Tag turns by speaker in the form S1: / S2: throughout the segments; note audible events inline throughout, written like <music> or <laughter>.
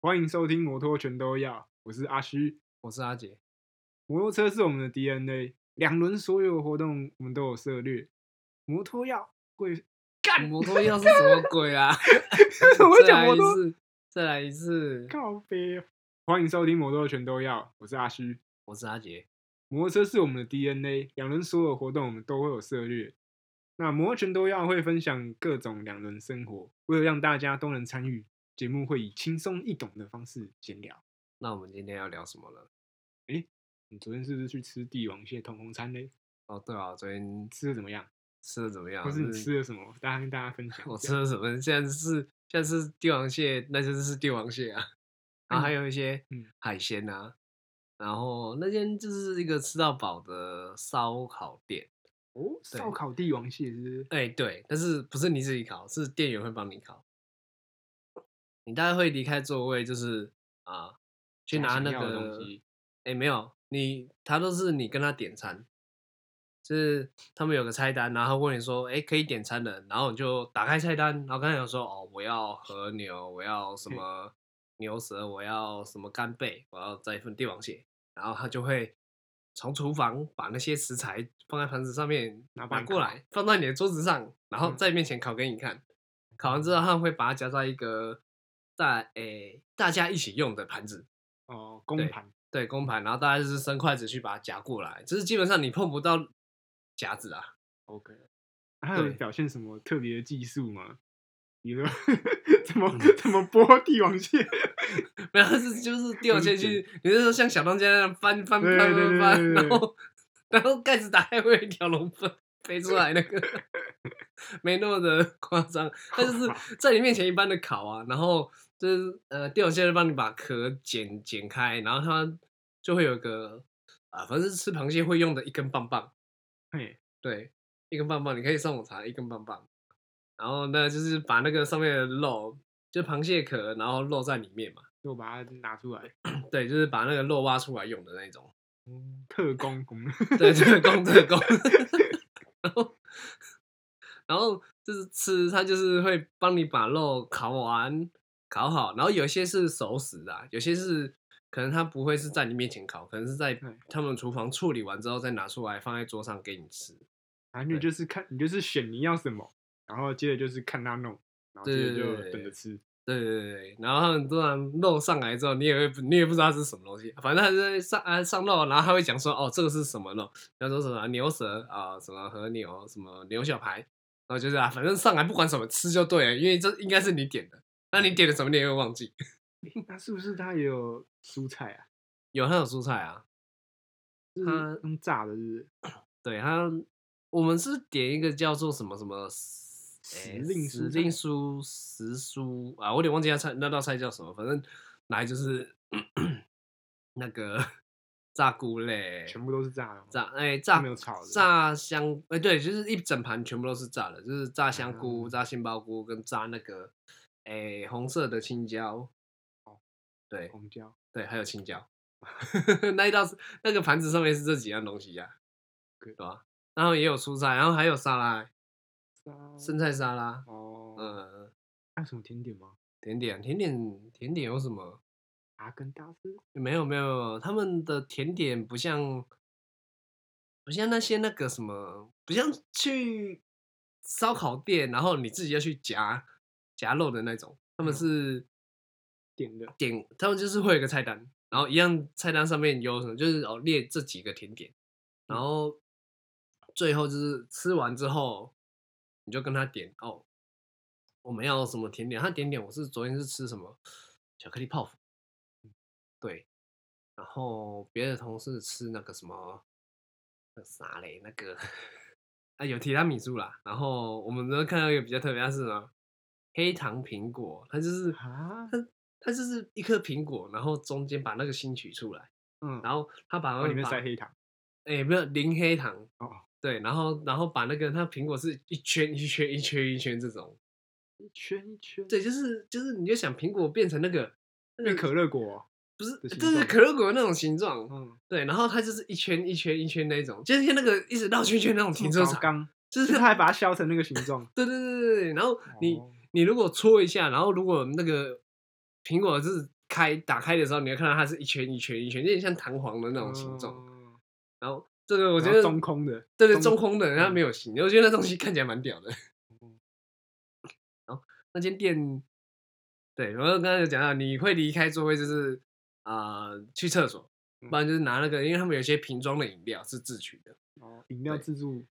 S1: 欢迎收听《摩托全都要》，我是阿虚。
S2: 我是阿杰，
S1: 摩托车是我们的 DNA，两轮所有活动我们都有涉猎。摩托要贵，
S2: 摩托要是什么鬼
S1: <laughs>
S2: 啊？
S1: 我会
S2: 再
S1: 讲
S2: 来
S1: 摩
S2: 一
S1: 托
S2: 次，再来一次。
S1: 靠背哦。欢迎收听《摩托全都要》，我是阿虚。
S2: 我是阿杰，
S1: 摩托车是我们的 DNA，两轮所有活动我们都会有涉猎。那摩托全都要会分享各种两轮生活，为了让大家都能参与，节目会以轻松易懂的方式闲聊。
S2: 那我们今天要聊什么呢？
S1: 你昨天是不是去吃帝王蟹同红餐嘞？
S2: 哦，对啊，昨天
S1: 吃的怎么样？
S2: 吃的怎么样？
S1: 或是你吃了什么？大家跟大家分享一下。
S2: 啊我吃了什么？现在是现在是帝王蟹，那就是 <laughs> 是帝王蟹啊。然后还有一些
S1: 嗯嗯
S2: 海鲜啊。然后那天就是一个吃到饱的烧烤店，
S1: 哦，
S2: 对
S1: 烧烤帝王蟹是不是？
S2: 哎、对，但是不是你自己烤，是店员会帮你烤。你大概会离开座位，就是啊，去
S1: 想
S2: 拿
S1: 想
S2: 那
S1: 要的东
S2: 个
S1: 西，
S2: 哎、没有，你他都是你跟他点餐，就是他们有个菜单，然后问你说，哎、可以点餐的，然后你就打开菜单，然后刚才有说，哦，我要和牛，我要什
S1: 嗯
S2: 么牛舌，我要什么干贝，我要再一份帝王蟹，然后他就会从厨房把那些食材放在盘子上面
S1: 拿
S2: 拿
S1: 帮你
S2: 过
S1: 烤
S2: 来，放在你的桌子上，然后
S1: 嗯
S2: 在你面前烤给你看。烤完之后，他们会把它夹在一个大诶、大家一起用的盘子，
S1: 哦，公
S2: 对
S1: 盘
S2: 对，公盘，然后大家就是伸筷子去把它夹过来，就是基本上你碰不到夹子啊。
S1: OK。还有
S2: 对
S1: 表现什么特别的技术吗？比如说 <laughs> 怎
S2: 嗯
S1: 么怎么剥帝王蟹？ <laughs>
S2: 没有，是就是掉下去，你是说像小当家那样翻翻
S1: 对
S2: 翻
S1: 对对
S2: 翻翻，
S1: 对对
S2: 然后然后盖子打开会有一条龙飞飞出来
S1: <laughs>
S2: 那个，没那么的夸张，
S1: <laughs>
S2: 它就是在你面前一般的烤啊，然后就是呃掉下来帮你把壳剪剪开，然后它就会有一个啊，反正是吃螃蟹会用的一根棒棒。
S1: 嘿，
S2: 对，一根棒棒，你可以上网查一根棒棒。然后呢，就是把那个上面的肉，就螃蟹壳，然后肉在里面嘛。
S1: 就把它拿出来，
S2: 对，就是把那个肉挖出来用的那种。 <laughs>
S1: 嗯特工工。
S2: 对，特工特工。 <laughs> 然后，然后就是吃，它就是会帮你把肉烤完、烤好。然后有些是熟食的啊，有些是可能它不会是在你面前烤，可能是在
S1: 对
S2: 他们厨房处理完之后再拿出来放在桌上给你吃。
S1: 然后你
S2: 对
S1: 就是看，你就是选你要什么，然后接着就是看他弄，然后
S2: 对
S1: 接着
S2: 对对
S1: 就
S2: 对
S1: 等着吃。
S2: 对对对对，然后他们突然肉上来之后，你也会不你也不知道它是什么东西，反正他就上啊上肉，然后他会讲说哦这个是什么肉，然后说什么牛舌啊、什么和牛什么牛小排，然后就是啊反正上来不管什么吃就对了，因为这应该是你点的，那你点的什么你也会忘记。 <laughs>
S1: 诶那是不是它也有蔬菜啊？
S2: 有它有蔬菜啊，
S1: 就是
S2: 它
S1: 用炸的，是
S2: 对它我们是点一个叫做什么什么时
S1: 时令蔬
S2: 时
S1: 菜
S2: 令蔬时蔬啊，我有点忘记它菜那道菜叫什么，反正来就是 <coughs> 那个 <laughs> 炸菇类
S1: 不是，全部都是炸的吗。
S2: 炸哎、炸
S1: 没有炒的
S2: 炸香哎、对，就是一整盘全部都是炸的，就是炸香菇、
S1: 啊
S2: 炸杏鲍菇跟炸那个哎、红色的青椒
S1: 哦，
S2: 对
S1: 红椒，
S2: 对，还有青椒， <laughs> 那一道是那个盘子上面是这几样东西呀、
S1: 对
S2: 对吧、然后也有蔬菜，然后还有沙拉、
S1: 生
S2: 生菜沙拉，
S1: 哦，
S2: 嗯、
S1: 嗯，
S2: 呃，
S1: 还有什么甜点吗？
S2: 甜点，甜点，甜点有什么？
S1: 阿根达斯
S2: 没有，没有，没有他们的甜点不像，不像那些那个什么，不像去烧烤店，然后你自己要去夹夹肉的那种，他们
S1: 嗯
S2: 是
S1: 点的，
S2: 点，他们就是会有一个菜单，然后一样菜单上面有什么，就是哦列这几个甜点，然后最后就是吃完之后，你就跟他点哦，我们要什么甜点？他点点我是昨天是吃什么巧克力泡芙，嗯对，然后别的同事吃那个什么那个啥嘞，那个 <laughs> 啊有提拉米苏啦，然后我们呢看到一个比较特别，它是什么黑糖苹果，它就是
S1: 啊
S2: 它它就是一颗苹果，然后中间把那个心取出来，
S1: 嗯，
S2: 然后它把
S1: 然后里面
S2: 把
S1: 塞黑糖，
S2: 哎、没有零黑糖
S1: 哦，
S2: 对，然后然后把那个它苹果是一圈一圈一圈一圈这种，
S1: 一圈一圈，
S2: 对，就是就是你就想苹果变成那个那
S1: 那
S2: 个
S1: 可乐果，
S2: 不是
S1: 的形
S2: 就是
S1: 状
S2: 可乐果那种形状，
S1: 嗯，
S2: 对，然后它就是一圈一圈一圈那种，就是像那个一直绕圈圈那种停车场，
S1: 缸，
S2: 就
S1: 哦就是
S2: <laughs> 是
S1: 他还把它削成那个形状。
S2: 对 <laughs> 对对对对，然后你
S1: 哦
S2: 你如果搓一下，然后如果那个苹果是开打开的时候，你会看到它是一圈一圈一圈，有点像弹簧的那种形状。
S1: 哦
S2: 然后这个我
S1: 然
S2: 觉
S1: 后
S2: 得
S1: 中空的
S2: 对对，
S1: 中
S2: 中空的，它
S1: 嗯
S2: 没有形，我觉得那东西看起来蛮屌的。 <laughs> 然后那间店，对，我刚刚有讲到，你会离开座位就是啊、呃去厕所，不
S1: 嗯
S2: 然就是拿那个，因为他们有些瓶装的饮料是自取的，
S1: 哦，饮料
S2: 对
S1: 自助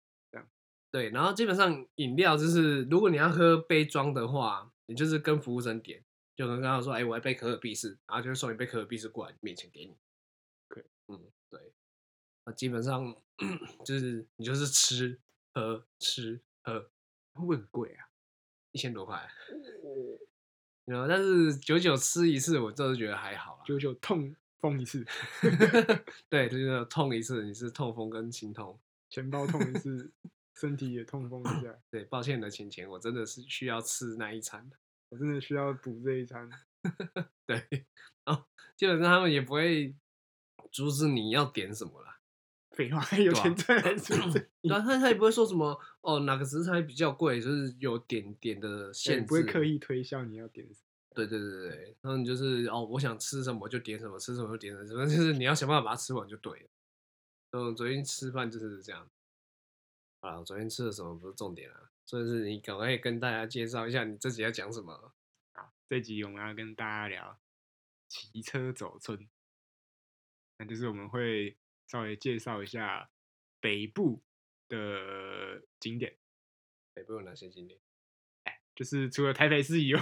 S2: 对，然后基本上饮料就是，如果你要喝杯装的话，你就是跟服务生点，就跟刚刚说，哎、我要一杯可尔必士，然后就会送一杯可尔必士过来面前给你。
S1: OK
S2: 嗯，对，那基本上 <clears throat> 就是你就是吃喝吃喝，
S1: 会不会很贵啊？
S2: 一千多块，然后但是久久吃一次，我真的觉得还好啦。
S1: 九九痛风一次，
S2: <laughs> 对，就是痛一次，你是痛风跟心痛。
S1: 钱包痛一次， <laughs> 身体也痛风一下，
S2: 对，抱歉你的钱钱，我真的是需要吃那一餐。
S1: 我真的需要补这一餐。
S2: 对，然后基本上他们也不会阻止你要点什么啦，
S1: 废话， <laughs> 有
S2: 对啊
S1: 钱赚还是
S2: 对
S1: 嗯
S2: 啊，他他也不会说什么哦哪个食材比较贵，就是有点点的限
S1: 也
S2: 制，
S1: 不会刻。意推销你要点什么。
S2: 对对对对，然后你就是哦，我想吃什么就点什么，吃什么就点什么，就是你要想办法把它吃完就对了。嗯，昨天吃饭就是这样。好了，我昨天吃了什么不是重点啊，所以是你赶快跟大家介绍一下你自己要讲什么。
S1: 好，这集我们要跟大家聊骑车走村，那就是我们会稍微介绍一下北部的景点，
S2: 北部有哪些景点？
S1: 就是除了台北市以外，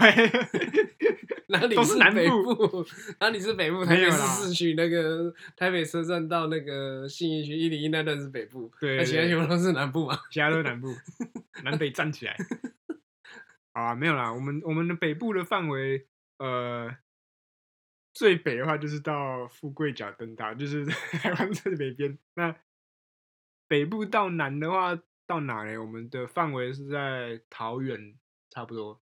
S1: <laughs>
S2: <laughs> 哪里
S1: 都是南
S2: 北
S1: 部
S2: 部？哪里是北部？台
S1: 没
S2: 北
S1: 有
S2: 市
S1: 啦
S2: 市区那个台北车站到那个信义区一零一那段是北部，
S1: 对
S2: 那其他
S1: 对
S2: 全部都是南部嘛。 <laughs>
S1: 其他都是南部，南北站起来。好啊，没有啦，我们我们的北部的范围，呃，最北的话就是到富贵角灯塔，就是台
S2: <laughs>
S1: 湾最北边。那北部到南的话，到哪嘞？我们的范围是在桃园，差不多，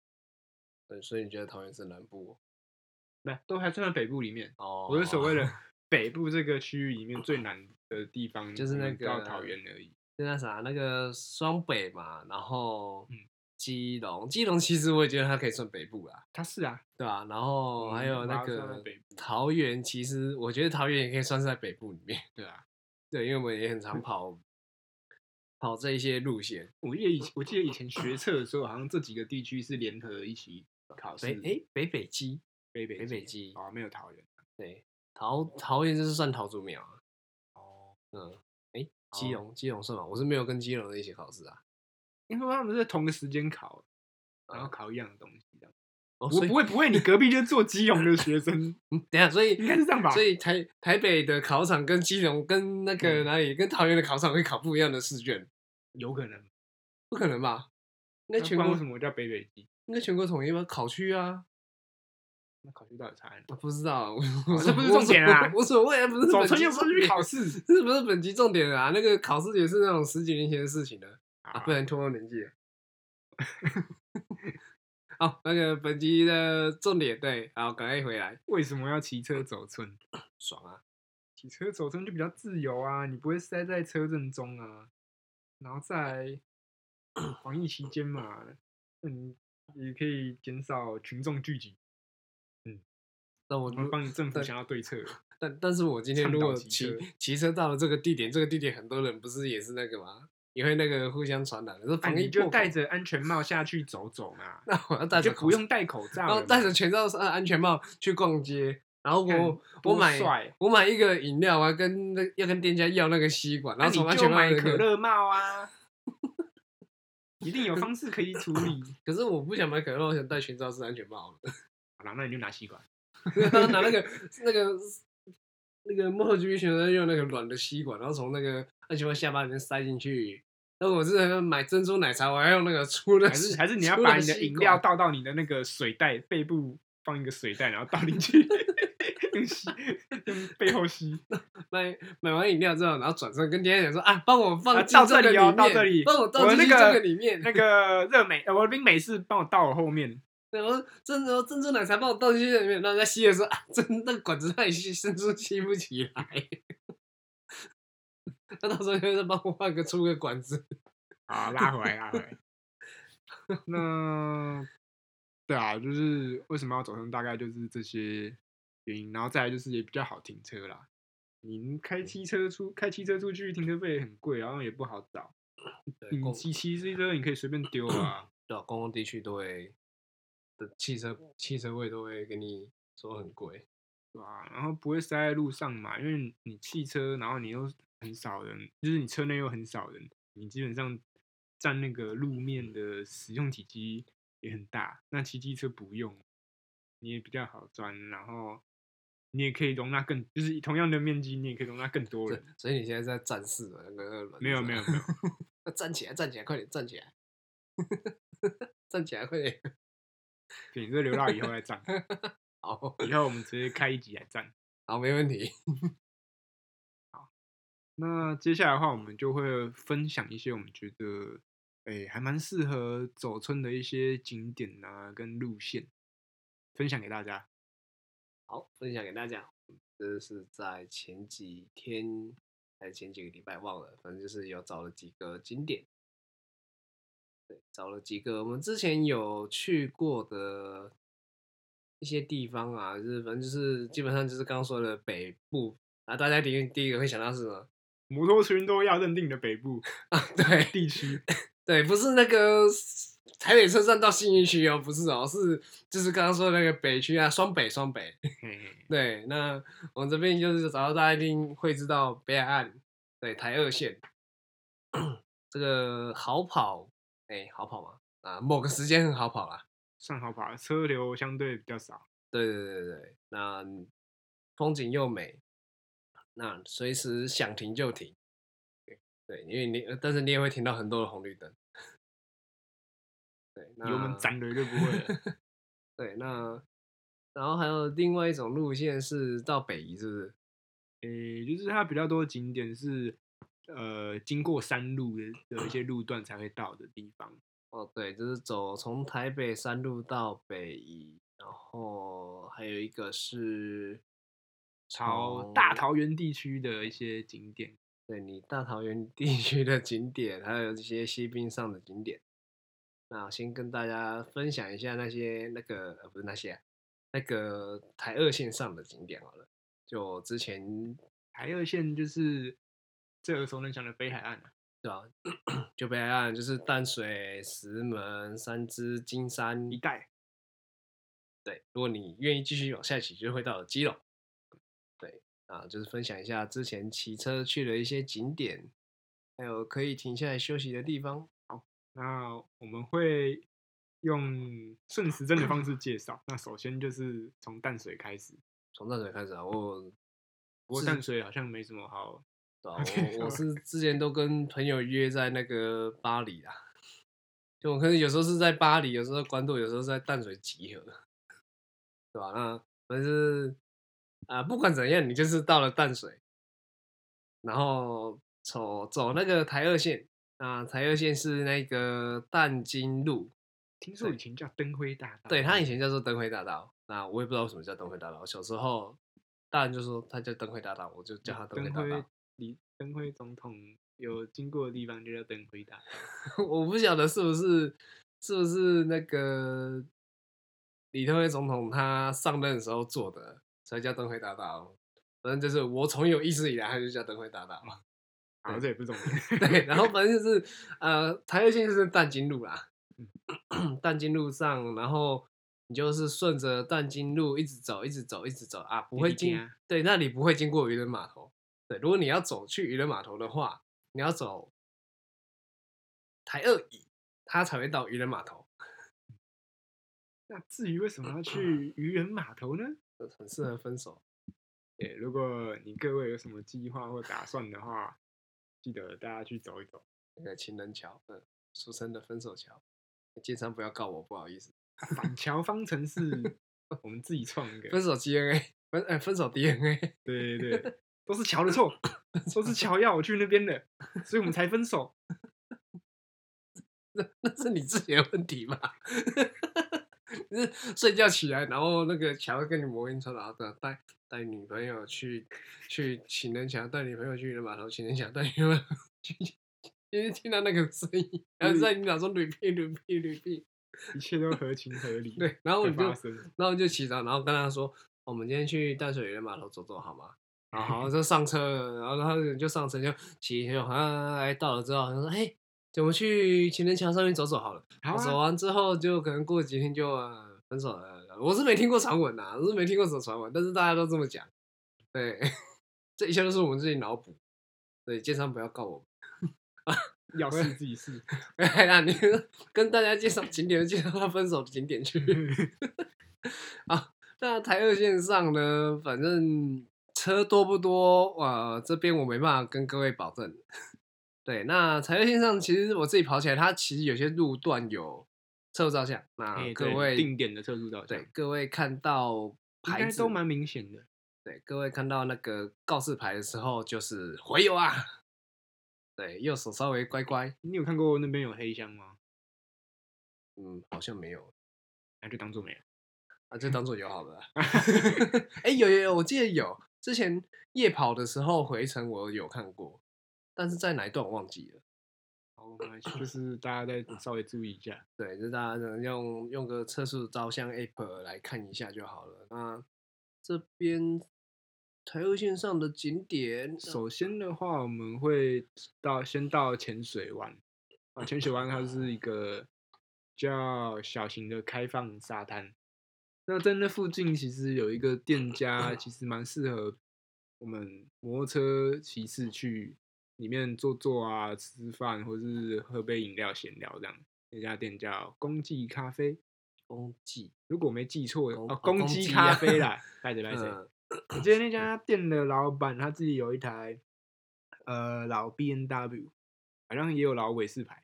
S2: 对所以你觉得桃园是南部
S1: 不都还算在北部里面。
S2: 哦？
S1: 我是所谓的北部这个区域里面最南的地方，
S2: 就是
S1: 我
S2: 那
S1: 们到
S2: 个
S1: 桃园而已。
S2: 就那啥，那个双北嘛，然后
S1: 嗯
S2: 基隆，基隆其实我也觉得它可以算北部啦，
S1: 它是啊，
S2: 对吧、然后哦还
S1: 嗯
S2: 有那
S1: 把它算在
S2: 个
S1: 北部
S2: 桃园，其实我觉得桃园也可以算是在北部里面， <laughs>
S1: 对啊。
S2: 对，因为我们也很常跑跑这一些路线。
S1: 我记得以前我记得以前学测的时候，好像这几个地区是联合一起考试。
S2: 北哎北北基，
S1: 北北
S2: 北北
S1: 基
S2: 基
S1: 哦，没有桃园
S2: 对，桃桃园就是算桃竹苗啊。
S1: 哦，
S2: 嗯，哎，基
S1: 哦
S2: 隆，基隆算吗？我是没有跟基隆的一起考试啊。
S1: 因为他们是在同个时间考，然后
S2: 嗯
S1: 考一样的东西这样。
S2: 哦，
S1: 我
S2: 所以
S1: 不会不会，你隔壁就是做基隆的学
S2: <laughs>
S1: 生，
S2: 嗯等一下，所以
S1: 应该是这样吧？
S2: 所以台台北的考场跟基隆跟那个
S1: 嗯
S2: 哪里跟桃园的考场会考不一样的试卷，
S1: 有可能。
S2: 不可能吧？应
S1: 那
S2: 该全
S1: 不然
S2: 国
S1: 为什么叫北北基？
S2: 应该全国统一吗？考区啊，
S1: 那考试到底差在哪？
S2: <laughs> 我不知道，我
S1: 哦这
S2: 说
S1: 不是
S2: 我
S1: 重点
S2: 说
S1: 啊
S2: 无所谓啊，不是
S1: 走
S2: 本
S1: 村
S2: 集
S1: 又不
S2: 重
S1: 是去
S2: 点
S1: 考试
S2: <laughs> 这不是本集重点啊，那个考试也是那种十几年前的事情了。啊，不
S1: 对，
S2: 能拖到年纪了。 <laughs> 好，那个本集的重点对，好，赶快回来，
S1: 为什么要骑车走村？
S2: 爽啊！
S1: 骑车走村就比较自由啊，你不会塞在车阵中啊。然后在 <coughs> 防疫期间嘛，那你也可以减少群众聚集，
S2: 那我
S1: 我们帮你政府
S2: 但
S1: 想要对策了。
S2: 但但是我今天
S1: 嗯倡
S2: 如
S1: 导
S2: 果
S1: 骑
S2: 骑
S1: 车
S2: 骑车到了这个地点，这个地点很多人不是也是那个吗？也会那个互相传染，说
S1: 啊、
S2: 防疫
S1: 你就
S2: 破
S1: 戴
S2: 口，
S1: 着安全帽下去走走嘛，
S2: 那我要 <laughs> 戴
S1: 你
S2: 着
S1: 就
S2: 口
S1: 不
S2: 罩
S1: 用，戴口罩
S2: 然
S1: 了
S2: 后
S1: 嘛，
S2: 戴着全罩呃安全帽去逛街，然后
S1: 看
S2: 我我
S1: 多
S2: 买
S1: 帅，
S2: 我买一个饮料，我要跟那要跟店家要那个吸管， <laughs> 然
S1: 那
S2: 后从
S1: 你
S2: 安
S1: 就
S2: 全帽
S1: 买
S2: 那
S1: 可
S2: 个，
S1: 乐帽
S2: <laughs>
S1: 啊，一定有方式可以处理。
S2: <laughs> 可是我不想买可乐，我想戴全罩式安全帽了。
S1: 好了，那你就拿吸管，
S2: 然后拿那个那个那个幕后狙击选手用那个软的吸管，然后从那个安全帽下巴里面塞进去。那我之前买珍珠奶茶，我还用那个粗的
S1: 还
S2: 吸，
S1: 是还是你要
S2: 粗
S1: 把你的
S2: 吸
S1: 饮料倒
S2: 管
S1: 到你的那个水袋背部，放一个水袋，然后倒进去，用吸用背后吸。
S2: 买买完饮料之后，然后转身跟店员讲说啊，帮我放
S1: 啊
S2: 进
S1: 到这
S2: 个
S1: 里哦
S2: 里
S1: 到
S2: 面
S1: 这里
S2: 帮我倒
S1: 我
S2: 进
S1: 那
S2: 去这
S1: 个
S2: 个里面，
S1: 那个热美，呃，我的冰美式帮我倒我后面，
S2: 然后珍珠珍珠奶茶帮我倒进去这里面，然后在吸的时候啊，真那个管子太细，珍珠吸不起来。 <laughs> 那到时候就是帮我换个出个管子，
S1: 好，拉回来，拉回来。那对啊，就是为什么要走成大概就是这些原因，然后再来就是也比较好停车啦。你开汽车出开汽车出去，停车费也很贵，然后也不好找。
S2: 对，
S1: 你
S2: 公
S1: 骑骑机车你可以随便丢啊，
S2: 对啊公共地区都会的汽车
S1: 嗯
S2: 汽车位都会给你说很贵，
S1: 对吧、然后不会塞在路上嘛，因为你汽车，然后你又很少人，就是你车内又很少人，你基本上占那个路面的使用体积也很大。那骑机车不用，你也比较好钻，然后你也可以容纳更，就是同样的面积，你也可以容纳更多
S2: 对
S1: 人。，
S2: 所以你现在在站四轮跟二轮，
S1: 没有
S2: 啊是吧啊
S1: 没有没有，
S2: 那 <laughs> 站起来站起来，快点站起来， <laughs> 站起来快点，
S1: 对，这留到以后再站，
S2: 好
S1: 以后我们直接开一集来站。
S2: 好没问题，
S1: 那接下来的话，我们就会分享一些我们觉得，诶、还蛮适合走村的一些景点啊，跟路线，分享给大家。
S2: 好分享给大家，嗯这是在前几天还是前几个礼拜忘了，反正就是有找了几个景点。对，找了几个我们之前有去过的一些地方啊，就是反正就是基本上就是刚刚说的北部啊，大家第一第一个会想到是什么 <laughs>
S1: 摩托村都要认定的北部
S2: 啊？对，
S1: 地区，
S2: 对，不是那个台北车站到信义区哦，不是哦，是就是刚刚说的那个北区啊，双北双北。
S1: 嘿嘿
S2: 对，那我们这边就是找到大家一定会知道北海岸，对，台二线这个好跑，哎、好跑吗？啊，某个时间很好跑啦。
S1: 算好吧，车流相对比较少。
S2: 对对对对，那风景又美，那随时想停就停。对，因为你，但是你也会停到很多的红绿灯。对，那
S1: 油门斩了就不会了。
S2: 对，那然后还有另外一种路线是到北宜，是不是？
S1: 诶、就是它比较多景点是，呃，经过山路的的一些路段才会到的地方。
S2: 哦，对，就是走从台北山路到北宜，然后还有一个是
S1: 朝
S2: 从
S1: 哦大桃园地区的一些景点，
S2: 对你大桃园 <laughs> 地区的景点，还有一些西滨上的景点。那我先跟大家分享一下那些那个呃不是那些啊、那个台二线上的景点好了。就我之前 <clears throat>
S1: 台二线就是最耳熟能详的北海岸、啊。
S2: 对啊，就北海岸就是淡水、石门、三芝、金山
S1: 一带，
S2: 对，如果你愿意继续往下骑，就会到了基隆。对啊，就是分享一下之前骑车去的一些景点，还有可以停下来休息的地方。
S1: 那我们会用顺时针的方式介绍。那首先就是从淡水开始，
S2: 从淡水开始啊，我
S1: 不过
S2: 是
S1: 淡水好像没什么好。
S2: 对啊
S1: OK，
S2: 我
S1: 好
S2: 我是之前都跟朋友约在那个巴黎啦，就我可能有时候是在巴黎，有时候在关渡，有时候在淡水集合，对吧、那反正是啊、不管怎样，你就是到了淡水，然后走走那个台二线啊、台二线是那个淡金路，
S1: 听说以前叫灯辉大道，
S2: 对，它以前叫做灯辉大道，那我也不知道为什么叫灯辉大道，小时候大人就说它叫灯辉大道，我就叫它
S1: 嗯
S2: 灯
S1: 灯
S2: 辉大道
S1: 辉。离灯辉总统有经过的地方就叫灯辉大道。
S2: 我不晓得是不是是不是那个李登辉总统他上任的时候做的，才叫灯辉大道。反正就是我从有意识以来，他就叫灯辉大道。
S1: 好，
S2: 对
S1: 这也不是重点。<laughs>
S2: <laughs> 对，然后反正就是呃，台二线就是淡金路啦，淡金路上，然后你就是顺着淡金路一直走，一直走，一直走啊，不
S1: 一
S2: 会
S1: 直
S2: 经
S1: 走啊
S2: 对，那里不会经过渔人码头。对，如果你要走去渔人码头的话，你要走台二乙，它才会到渔人码头，
S1: 那至于为什么要去渔人码头呢？
S2: 很适合分手。
S1: 对，如果你各位有什么计划或打算的话，记得大家去走一走。
S2: 那个情人桥，嗯，俗称的分手桥，建商不要告我，不好意思。
S1: 板啊桥方程式， <laughs> 我们自己创一个。
S2: 分手 DNA，分哎、分手 DNA，
S1: 对对 <laughs> 对，都是乔的错，都是乔要我去那边的，所以 <laughs> 我们才分手。
S2: 那那是你自己的问题吧？ <laughs> 你是睡觉起来，然后那个桥跟你摩肩搓后的，带带女朋友去去情人桥，带女朋友去码头情人桥，带女朋友去， <laughs> 就是听到那个声音，然后在你脑中 repeat repeat repeat，
S1: 一切都合情合理，
S2: 对，然后
S1: 会
S2: 你就
S1: <laughs> 发生。
S2: 然后就起床，然后跟他说，我们今天去淡水渔人码头走走好吗？”然后好，就上车了，然后他们就上车就骑，就好像哎到了之后，他说：“哎，我们去情人桥上面走走好了。”
S1: 好
S2: 走
S1: 啊，
S2: 完之后就可能过几天就、呃分手了。我是没听过传闻呐、我是没听过什么传闻，但是大家都这么讲。对， <laughs> 这一切都是我们自己脑补。对，建商不要告我们。
S1: 要试自己试。 <laughs>
S2: 哎呀，你跟大家介绍景点，介绍他分手的景点去。 <laughs> 啊，那台二线上呢，反正车多不多，哇，这边我没办法跟各位保证。对，那台二线上其实我自己跑起来，它其实有些路段有车照相，那
S1: 哎
S2: 各
S1: 对
S2: 位
S1: 定点的特殊照相
S2: 对，各位看到
S1: 应
S2: 牌
S1: 该
S2: 子
S1: 都蛮明显的。
S2: 对，各位看到那个告示牌的时候，就是回游啊。对，右手稍微乖乖，
S1: 你有看过那边有黑箱吗？
S2: 嗯，好像没有
S1: 那就当做没有。
S2: 啊，就当做有
S1: <laughs>
S2: 好了啊。哎、有有有，我记得有，之前夜跑的时候回程我有看过，但是在哪一段我忘记了。
S1: 好，没关系，就是大家再稍微注意一下。
S2: 对，就大家可能用用个测速照相 app 来看一下就好了。那这边台右线上的景点，
S1: 首先的话，我们会到先到浅水湾啊，浅水湾它是一个叫小型的开放沙滩。那在那附近其实有一个店家，其实蛮适合我们摩托车骑士去里面坐坐啊、吃饭，或是喝杯饮料闲聊这样。那家店叫公记咖啡，
S2: 风纪，
S1: 如果我没记错
S2: 公
S1: 哦，
S2: 哦
S1: 公
S2: 公
S1: 鸡
S2: 鸡
S1: 咖
S2: 啊
S1: 啡啦，拜着拜着。
S2: 嗯，
S1: 我记得那家店的老板他自己有一台，呃，老 B N W，好像也有老伟士牌，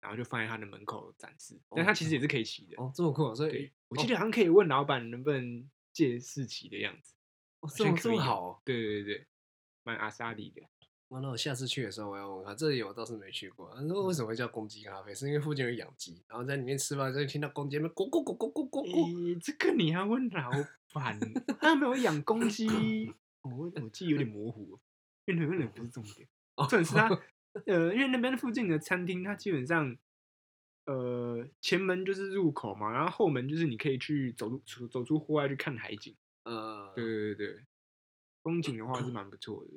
S1: 然后就放在他的门口展示。但他其实也是可以骑的。
S2: 哦，这么酷啊，所以
S1: 对，哦我记得好像可以问老板能不能借试骑的样子。
S2: 哦，
S1: 好
S2: 这
S1: 像
S2: 么
S1: 可
S2: 这么
S1: 以
S2: 好哦！
S1: 对对对，蛮阿萨里的。
S2: 哇，那我下次去的时候我要问他，这里我倒是没去过。他
S1: 嗯
S2: 说为什么会叫公鸡咖啡？是因为附近有养鸡，然后在里面吃饭，就听到公鸡在那边咕咕咕咕咕咕咕。
S1: 诶、这个你要问老板，他有没有养公鸡？我我记忆有点模糊，哦因为那个不是重点。
S2: 哦
S1: 重点 <laughs> 是它，呃，因为那边附近的餐厅，它基本上，呃，前门就是入口嘛，然后后门就是你可以去走路出走出户外去看海景。
S2: 呃，
S1: 对，对对对，风景的话是蛮不错的。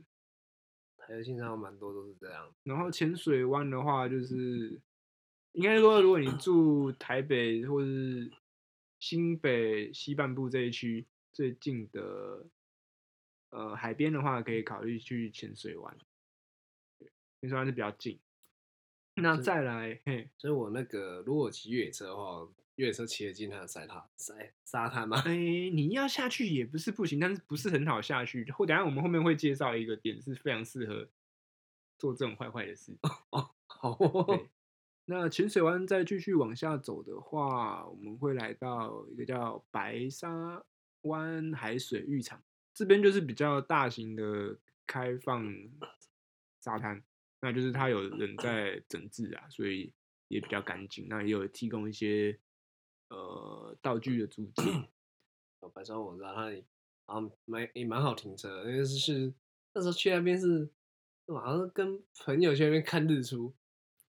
S2: 台游线上蛮多都是这样。
S1: 然后浅水湾的话，就是应该说，如果你住台北或是新北西半部这一区最近的呃海边的话，可以考虑去浅水湾。对，浅水湾是比较近。那
S2: 是
S1: 再来，嘿，
S2: 所以我那个如果骑越野车的话，越野车骑得进它的沙滩沙沙滩吗？ <laughs>
S1: 哎、你要下去也不是不行，但是不是很好下去。后等一下我们后面会介绍一个点，是非常适合做这种坏坏的事情。
S2: 好哦，
S1: 对，那浅水湾再继续往下走的话，我们会来到一个叫白沙湾海水浴场，这边就是比较大型的开放沙滩，那就是它有人在整治啊，所以也比较干净，那也有提供一些呃道具的租借。
S2: 哦白沙我知道它里，啊蛮也蛮好停车的，因为是是那时候去那边是，好像是跟朋友去那边看日出。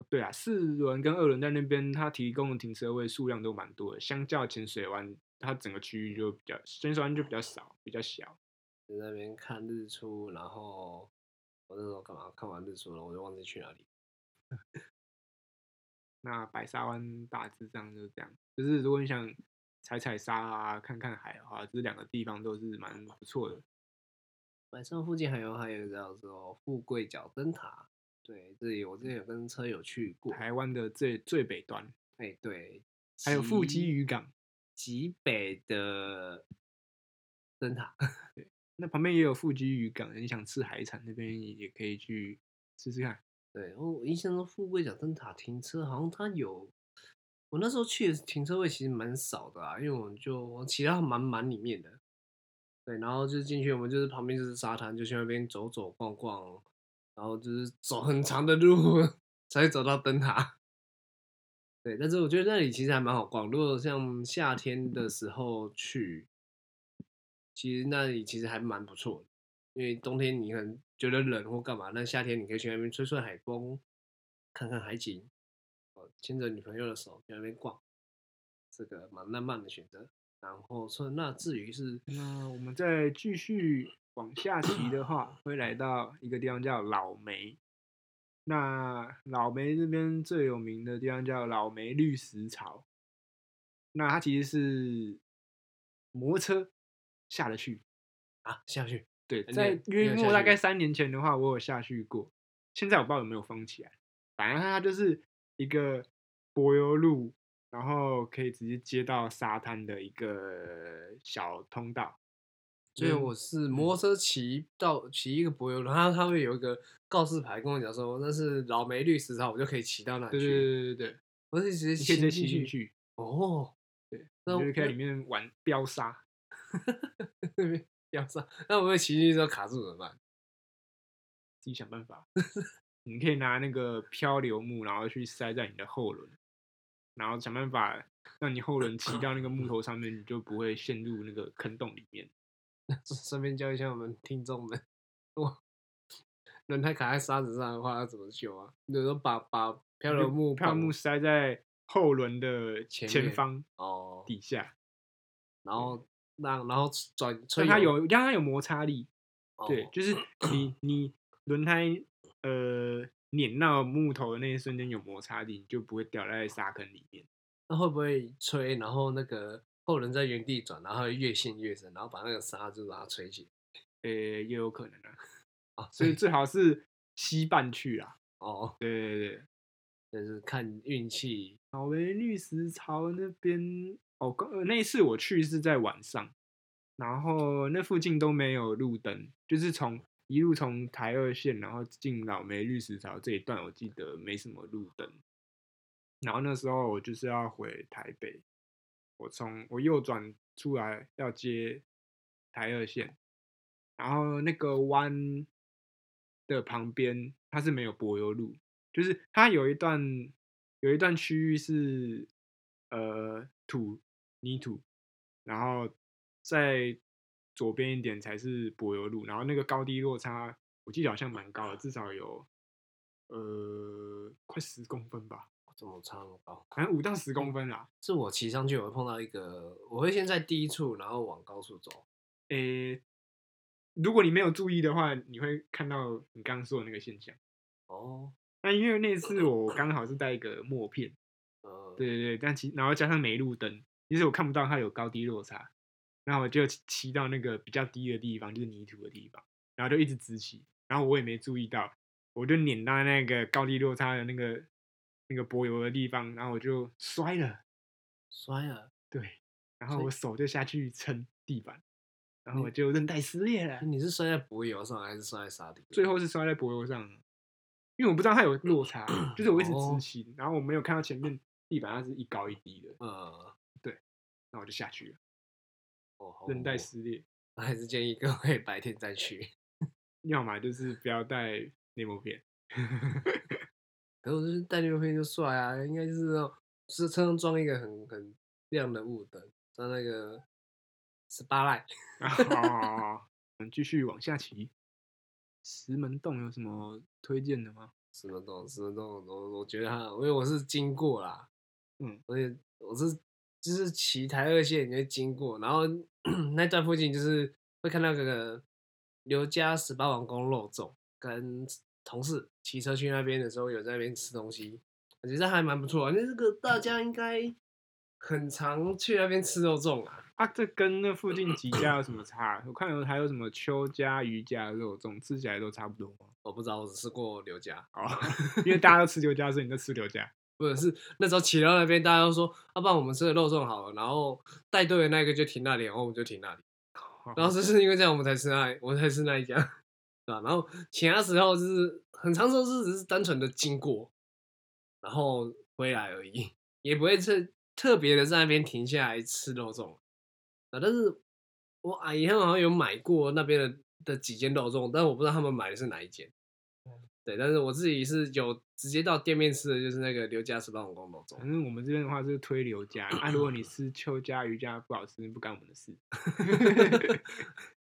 S1: 对啊，四轮跟二轮在那边，它提供的停车位数量都蛮多的，相较浅水湾，它整个区域就比较浅水湾就比较少，比较小。
S2: 在那边看日出，然后我那时候干嘛？看完日出了，我就忘记去哪里。
S1: 那白沙湾大致上就是这样，就是如果你想踩踩沙啊、看看海的话，这两个地方都是蛮不错的。
S2: 晚上附近还有还有一个叫做富贵角灯塔，对，这里我之前有跟车友去过。哎、
S1: 台湾的最最北端，
S2: 对，
S1: 还有富基
S2: 极
S1: 渔港，
S2: 极北的灯塔，
S1: 那旁边也有富基渔港，你想吃海产那边也可以去试试看。
S2: 对，我我印象中富贵角灯塔停车好像它有，我那时候去的停车位其实蛮少的啊，因为我们就我骑到蛮蛮里面的，对，然后就是进去，我们就是旁边就是沙滩，就去那边走走逛逛，然后就是走很长的路 <laughs> 才会走到灯塔。对，但是我觉得那里其实还蛮好逛，如果像夏天的时候去，其实那里其实还蛮不错的。因为冬天你可能觉得冷或干嘛，那夏天你可以去那边吹吹海风，看看海景，哦，牵着女朋友的手去那边逛，这个蛮浪漫的选择。然后说那至于是
S1: 那我们再继续往下提的话，会来到一个地方叫老梅。那老梅这边最有名的地方叫老梅绿石槽。那它其实是摩托车下得去，
S2: 啊下去
S1: 对，
S2: 你
S1: 在
S2: 有你
S1: 约
S2: 有
S1: 莫
S2: 下
S1: 大
S2: 去
S1: 概
S2: 吗
S1: 三年前的话，我有下去过。现在我不知道有没有封起来，反正它就是一个柏油路，然后可以直接接到沙滩的一个小通道。
S2: 所以
S1: 嗯
S2: 我是摩托车骑到骑一个柏油路，然后它会有一个告示牌跟我讲说那是老梅绿石槽，我就可以骑到那里
S1: 对
S2: 去。
S1: 对对对对，
S2: 我是直接
S1: 你可以直接
S2: 骑
S1: 骑
S2: 进
S1: 进
S2: 去。
S1: 去，
S2: 哦， <laughs>
S1: 对，
S2: 那
S1: 你就是可以在
S2: 那
S1: 里面玩飙沙。
S2: 那边要上，那我会骑进去之后卡住怎么办？ <laughs>
S1: 自己想办法。你可以拿那个漂流木，然后去塞在你的后轮，然后想办法让你后轮骑到那个木头上面，你就不会陷入那个坑洞里面。
S2: 顺便教一下我们听众们，我轮胎卡在沙子上的话要怎么修啊？有时候把把漂
S1: 就
S2: 流木
S1: 漂流
S2: 绑
S1: 木塞在后轮的
S2: 前
S1: 前
S2: 面
S1: 方
S2: 哦，
S1: 底下，
S2: 然后让然后转吹
S1: 让嗯它有让它有摩擦力。
S2: 哦
S1: 对，就是你你轮胎呃碾到木头的那一瞬间有摩擦力，你就不会掉在沙坑里面。
S2: 那会不会吹？然后那个后轮在原地转，然后会越陷越深，然后把那个沙就把它吹起
S1: 呃，也有可能啊，
S2: 来啊？ <laughs>
S1: 所以最好是吸半去啦。
S2: 哦，
S1: 对对对。
S2: 就是看运气
S1: 老梅绿石槽那边哦，刚呃那一次我去是在晚上，然后那附近都没有路灯，就是从一路从台二线，然后进老梅绿石槽这一段，我记得没什么路灯。然后那时候我就是要回台北，我从我右转出来要接台二线，然后那个弯的旁边它是没有柏油路，就是它有一段有一段区域是呃土泥土，然后在左边一点才是柏油路，然后那个高低落差我记得好像蛮高的，至少有呃快十公分吧，
S2: 怎么差那么高。
S1: 好像五到十公分啦。
S2: 是我骑上去，我会碰到一个，我会先在低处，然后往高处走。
S1: 诶、如果你没有注意的话，你会看到你刚刚说的那个现象。
S2: 哦，
S1: 那因为那次我刚好是带一个墨片，
S2: 呃，
S1: 对对对，但其然后加上没路灯，其实我看不到它有高低落差，然后我就骑骑到那个比较低的地方，就是泥土的地方，然后就一直直骑，然后我也没注意到，我就碾到那个高低落差的那个那个柏油的地方，然后我就摔了，
S2: 摔了，
S1: 对，然后
S2: 所以嗯
S1: 我手就下去撑地板，然后
S2: 你
S1: 我就韧带撕裂了，
S2: 你是摔在柏油上还是摔在沙地？
S1: 最后是摔在柏油上了，因为我不知道它有落差，就是我一直
S2: 哦
S1: 直骑，然后我没有看到前面地板它是一高一低的，
S2: 呃，
S1: 那我就下去了，
S2: 哦，好
S1: 韧带
S2: 恐怖
S1: 撕裂。
S2: 还是建议各位 <laughs> 白天再去。
S1: 要么就是不要带内膜片， <laughs>
S2: 可是我就是带六片就帅啊，应该就是那种是车上装一个很很亮的雾灯，像那个 spotlight。
S1: 然
S2: <laughs>
S1: 后我们继续往下骑。石门洞有什么推荐的吗？
S2: 十分钟，十分钟，我我觉得他，因为我是经过啦，
S1: 嗯，
S2: 而且我是就是骑台二线，你会经过，然后 <coughs> 那段附近就是会看到那个刘家十八王宫肉粽，跟同事骑车去那边的时候有在那边吃东西，我觉得还蛮不错、啊。那这个大家应该很常去那边吃肉粽啊，
S1: 啊，这跟那附近几家有
S2: <coughs>
S1: 什么差？我看有还有什么邱家、余家肉粽，吃起来都差不多吗？
S2: 我不知道，我只吃过刘家，
S1: 哦，因为大家都吃刘家，所以你就吃刘家。
S2: 不是是那时候骑到那边，大家都说，要、不然我们吃的肉粽好了，然后带队的那个就停那里，然后我们就停那里。然后就是因为这样，我们才吃那，我才吃那一家，对吧？然后其他时候就是很长时候是只是单纯的经过，然后回来而已，也不会特特别的在那边停下来吃肉粽啊。但是我阿姨他们好像有买过那边的的几间肉粽，但我不知道他们买的是哪一间。对，但是我自己是有直接到店面吃的，就是那个刘家十八王宫
S1: <laughs>
S2: 肉粽。
S1: 反正我们这边的话是推刘家啊，如果你吃邱家、余家不好吃，不干我们的事。 <laughs>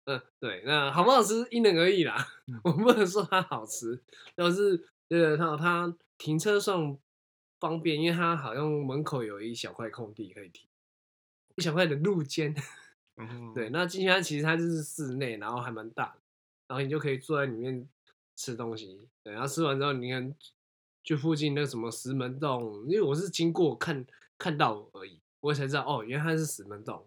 S2: 嗯，对，那好不好吃因人而异啦，我不能说它好吃，但是觉得它它停车算方便，因为它好像门口有一小块空地可以停，一小块的鹿煎。
S1: 然后
S2: 对，，那金枪其实它就是室内，然后还蛮大的，然后你就可以坐在里面吃东西。对，然后吃完之后，你看就附近那个什么石门洞，因为我是经过看看到而已，我才知道哦，原来它是石门洞，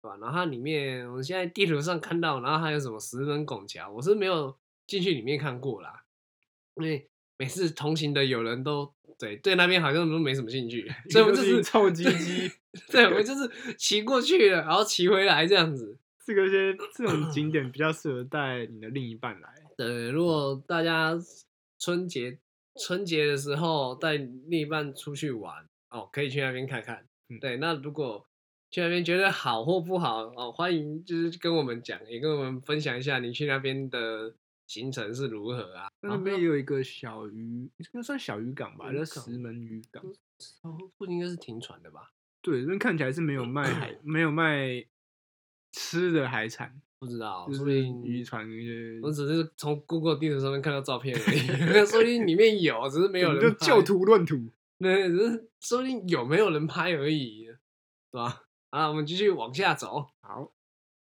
S2: 对吧？然后它里面，我现在地图上看到，然后还有什么石门拱桥，我是没有进去里面看过啦，因为每次同行的友人都对对那边好像都没什么兴趣， <laughs> 所以我们就
S1: 一个
S2: 是
S1: 是臭鸡鸡。 <laughs>
S2: 对，我们就是骑过去了，然后骑回来这样子。
S1: 这个些这种景点比较适合带你的另一半来，
S2: 对，如果大家春节春节的时候带另一半出去玩哦，可以去那边看看。
S1: 嗯
S2: 对，那如果去那边觉得好或不好哦，欢迎就是跟我们讲，也跟我们分享一下你去那边的行程是如何啊。
S1: 那那边也有一个小渔，应该算小渔港吧，
S2: 渔
S1: 叫
S2: 港
S1: 石门渔港。
S2: 哦，不应该是停船的吧？
S1: 对，那看起来是没有卖海，没有卖吃的海产，
S2: 不知道，
S1: 就
S2: 说不
S1: 是
S2: 定
S1: 渔船那些。
S2: 我只是从 Google 地图上面看到照片而 <laughs> 已，说不定里面有，只是没有
S1: 你
S2: 人
S1: 就
S2: 拍
S1: 就图论图。
S2: 那只是说不定有没有人拍而已，是吧？啊，我们继续往下走，
S1: 好，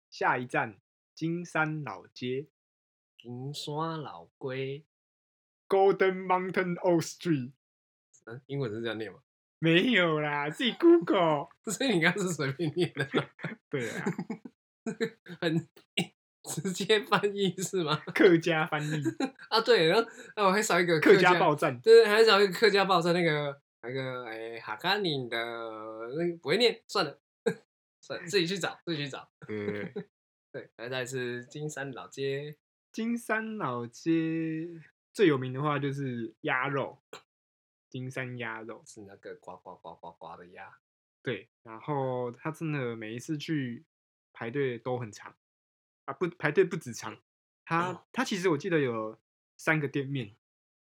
S1: 下一站金山老街
S2: 银山老龟，
S1: （Golden Mountain Old Street）。
S2: 嗯、英文是这样念吗？ <laughs>
S1: 没有啦，自己 Google。
S2: 所以你刚刚是随便念的， <laughs>
S1: 对啊，
S2: 很直接翻译是吗？
S1: 客家翻
S2: <laughs>
S1: 译，
S2: 啊，对，然后那我还少一个
S1: 客
S2: 家
S1: 家报站。
S2: 对，还少一个客家报在那个那个哎哈嘎宁的那个不会念，算了，算了，自己去找，自己去找。
S1: 对，
S2: 对，来再是金山老街，
S1: 金山老街最有名的话就是鸭肉，金山鸭肉。
S2: 是那个呱呱呱呱呱的鸭，
S1: 对，然后它真的每一次去排队都很长啊，不排队不止长，它它其实我记得有三个店面，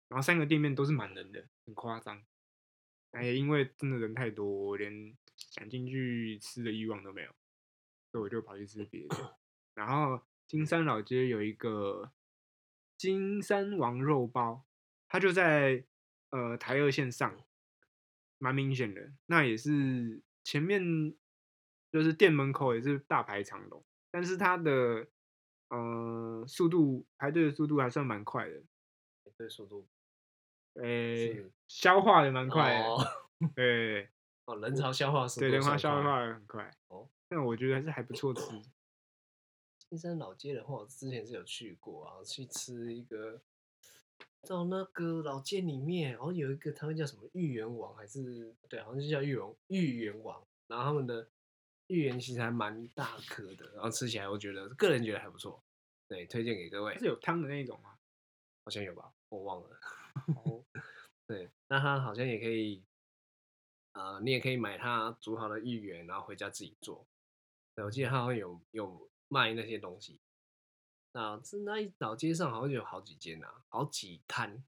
S1: 然后三个店面都是满人的，很夸张。哎，因为真的人太多，我连想进去吃的欲望都没有，所以我就跑去吃别的。然后金山老街有一个金山王肉包，它就在呃台二线上，蛮明显的。那也是前面就是店门口也是大排长龙，但是它的呃速度排队的速度还算蛮快的，
S2: 对，哎速度
S1: 诶、
S2: 是
S1: 消化的蛮哎快欸的，
S2: 哦
S1: <laughs> 对
S2: 哦，人潮消化速度
S1: 对，人
S2: 手
S1: 花
S2: 快
S1: 消。化的很快。
S2: 哦
S1: 但我觉得还是还不错吃，
S2: 金山老街的话，我之前是有去过啊，去吃一个到那个老街里面，然后有一个他们叫什么芋圆王还是对，好像就叫芋圆芋圆王，然后他们的芋圆其实还蛮大颗的，然后吃起来我觉得个人觉得还不错，对，推荐给各位
S1: 它。是有汤的那种啊吗？
S2: 好像有吧，我忘了。 <laughs> 对，那它好像也可以，呃，你也可以买它煮好的芋圆，然后回家自己做。对，我记得它好像有有卖那些东西。那是那一老街上好像有好几间啊，好几摊，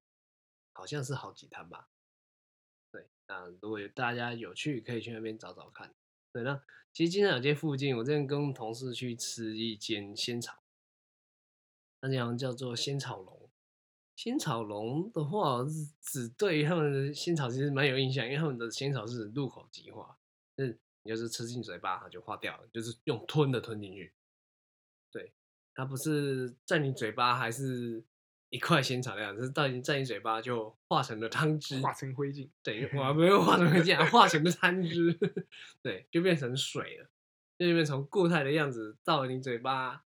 S2: 好像是好几摊吧。对，那如果有大家有去，可以去那边找找看。对，那其实金山老街附近，我之前跟同事去吃一间仙草，那家好像叫做仙草龙。仙草龙的话，我是只对于他们的仙草其实蛮有印象，因为他们的仙草是入口即化，就是你就是吃进嘴巴它就化掉了，就是用吞的吞进去。对，它不是在你嘴巴还是一块仙草那样，是到你在你嘴巴就化成了汤汁，
S1: 化成灰烬， <laughs>
S2: 对，我还没有化成这样，化成的汤汁， <laughs> 对，就变成水了，就变成从固态的样子到你嘴巴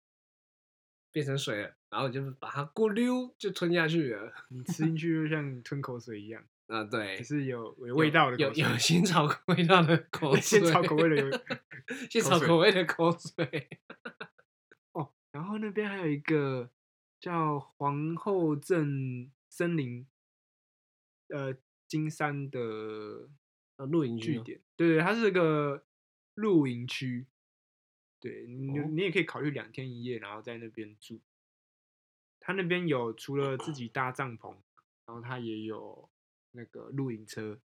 S2: 变成水了，然后你就把它咕溜就吞下去了。
S1: 你吃进去就像吞口水一样，
S2: 啊， <laughs> 对
S1: 只，是有有
S2: 有
S1: 味道的
S2: 有
S1: 口水，
S2: 有仙草味道的口水， <laughs>
S1: 仙草口味的有
S2: 仙
S1: 口
S2: 草
S1: 水
S2: 口味的口水，
S1: 哦，然后那边还有一个叫皇后镇森林，呃，金山的
S2: 啊露营
S1: 据
S2: 吗
S1: 点，对对，它是个露营区，对，你就
S2: 哦
S1: 你也可以考虑两天一夜，然后在那边住。它那边有除了自己搭帐篷，然后它也有那个露营车，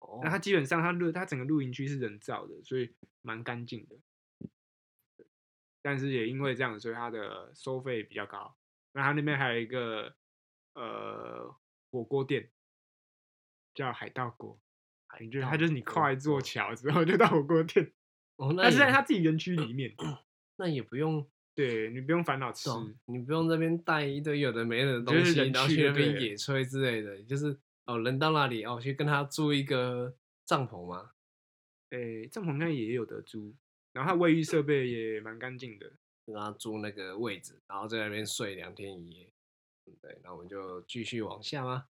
S2: 哦
S1: 那它基本上它露它整个露营区是人造的，所以蛮干净的。但是也因为这样，所以它的收费比较高。那它那边还有一个呃火锅店，哎哦 <laughs> 叫海盗锅，你就它就是你跨一座桥之后就到火锅店。
S2: 哦，那
S1: 它是在
S2: 也
S1: 它自己园区里 <clears throat> 面，
S2: 那也不用
S1: 对你不用烦恼吃。
S2: 懂，你不用这边带一堆有的没的东
S1: 就是
S2: 西，
S1: 人
S2: 然后
S1: 去
S2: 去
S1: 就
S2: 那边
S1: 对了
S2: 野炊之类的，就是哦，人到那里哦，去跟他租一个帐篷嘛，
S1: 诶，哎帐篷应该也有得租，然后它卫浴设备也蛮干净的。
S2: 跟他租那个位置，然后在那边睡两天一夜。嗯对，那我们就继续往下吗？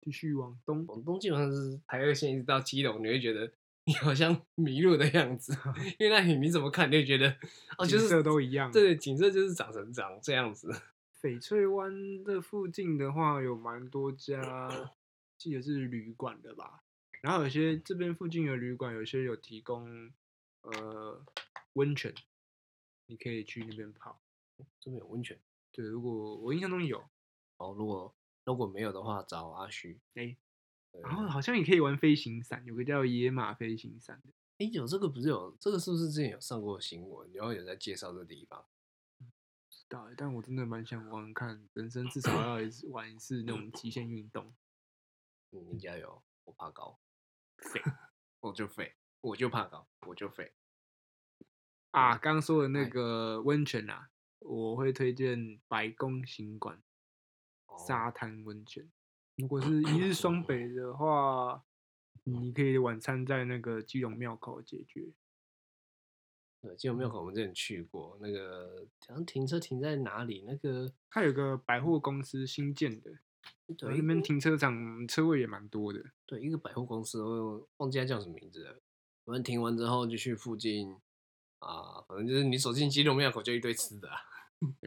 S1: 继续往东，
S2: 广东基本上是台二线一直到基隆，你会觉得你好像迷路的
S1: <laughs>
S2: 样子，因为那里你怎么看，你就觉得哦，
S1: 景
S2: 就是
S1: 色都一样。
S2: 对，景色就是长成长这样子。 <laughs>
S1: 翡翠湾的附近的话，有蛮多家，记得是旅馆的吧。然后有些这边附近的旅馆，有些有提供呃温泉，你可以去那边泡。
S2: 这边有温泉
S1: 对，如果我印象中有，
S2: 哦，如果如果没有的话，找阿虚。
S1: 哎
S2: 对，
S1: 然后好像也可以玩飞行伞，有个叫野马飞行伞的，
S2: 哎，有这个不是有这个是不是之前有上过新闻，然后有在介绍这地方？
S1: 不知道欸，但我真的蛮想玩玩看，人生至少要一次玩一次那种极限运
S2: <laughs>
S1: 动。
S2: 嗯，你加油，我怕高，废，我就废，我就怕高，我就废。
S1: 啊，刚刚说的那
S2: 哎
S1: 个温泉啊，我会推荐白宫行馆
S2: 哦
S1: 沙滩温泉。如果是一
S2: <clears throat>
S1: 日双北的话，你可以晚餐在那个基隆庙口解决。
S2: 对，基隆庙口我们之前去过，那个好像停车停在哪里？那个
S1: 它有个百货公司新建的，然后
S2: 对
S1: 那边
S2: 一个
S1: 停车场嗯车位也蛮多的。
S2: 对一个百货公司，我忘记它叫什么名字了。我们停完之后就去附近啊、反正就是你走进基隆庙口就一堆吃的啊。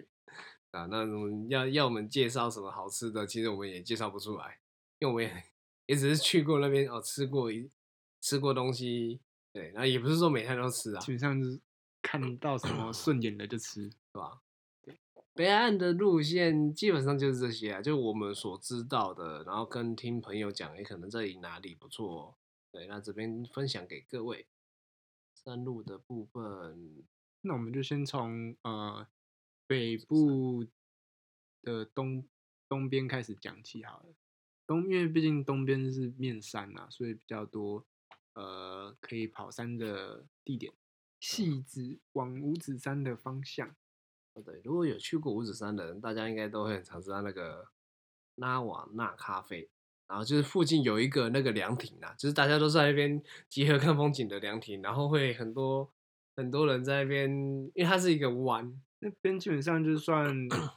S2: <laughs> 啊，那我们要要我们介绍什么好吃的，其实我们也介绍不出来，因为我们也也只是去过那边哦，吃过一吃过东西，对，然后也不是说每天都吃啊
S1: 基。本上就是看到什么顺眼的就吃。
S2: 北岸的路线基本上就是这些啊，就我们所知道的，然后跟听朋友讲，也可能这里哪里不错哦，对，那这边分享给各位。山路的部分，
S1: 那我们就先从呃北部的东东边开始讲起好了。东因为毕竟东边是面山啊，所以比较多呃可以跑山的地点。细子往五指山的方向，
S2: 哦对，如果有去过五指山的人，大家应该都会很常知道那个拉瓦纳咖啡，然后就是附近有一个那个凉亭啊，就是大家都在那边集合看风景的凉亭，然后会很多很多人在那边，因为它是一个湾，
S1: 那边基本上就算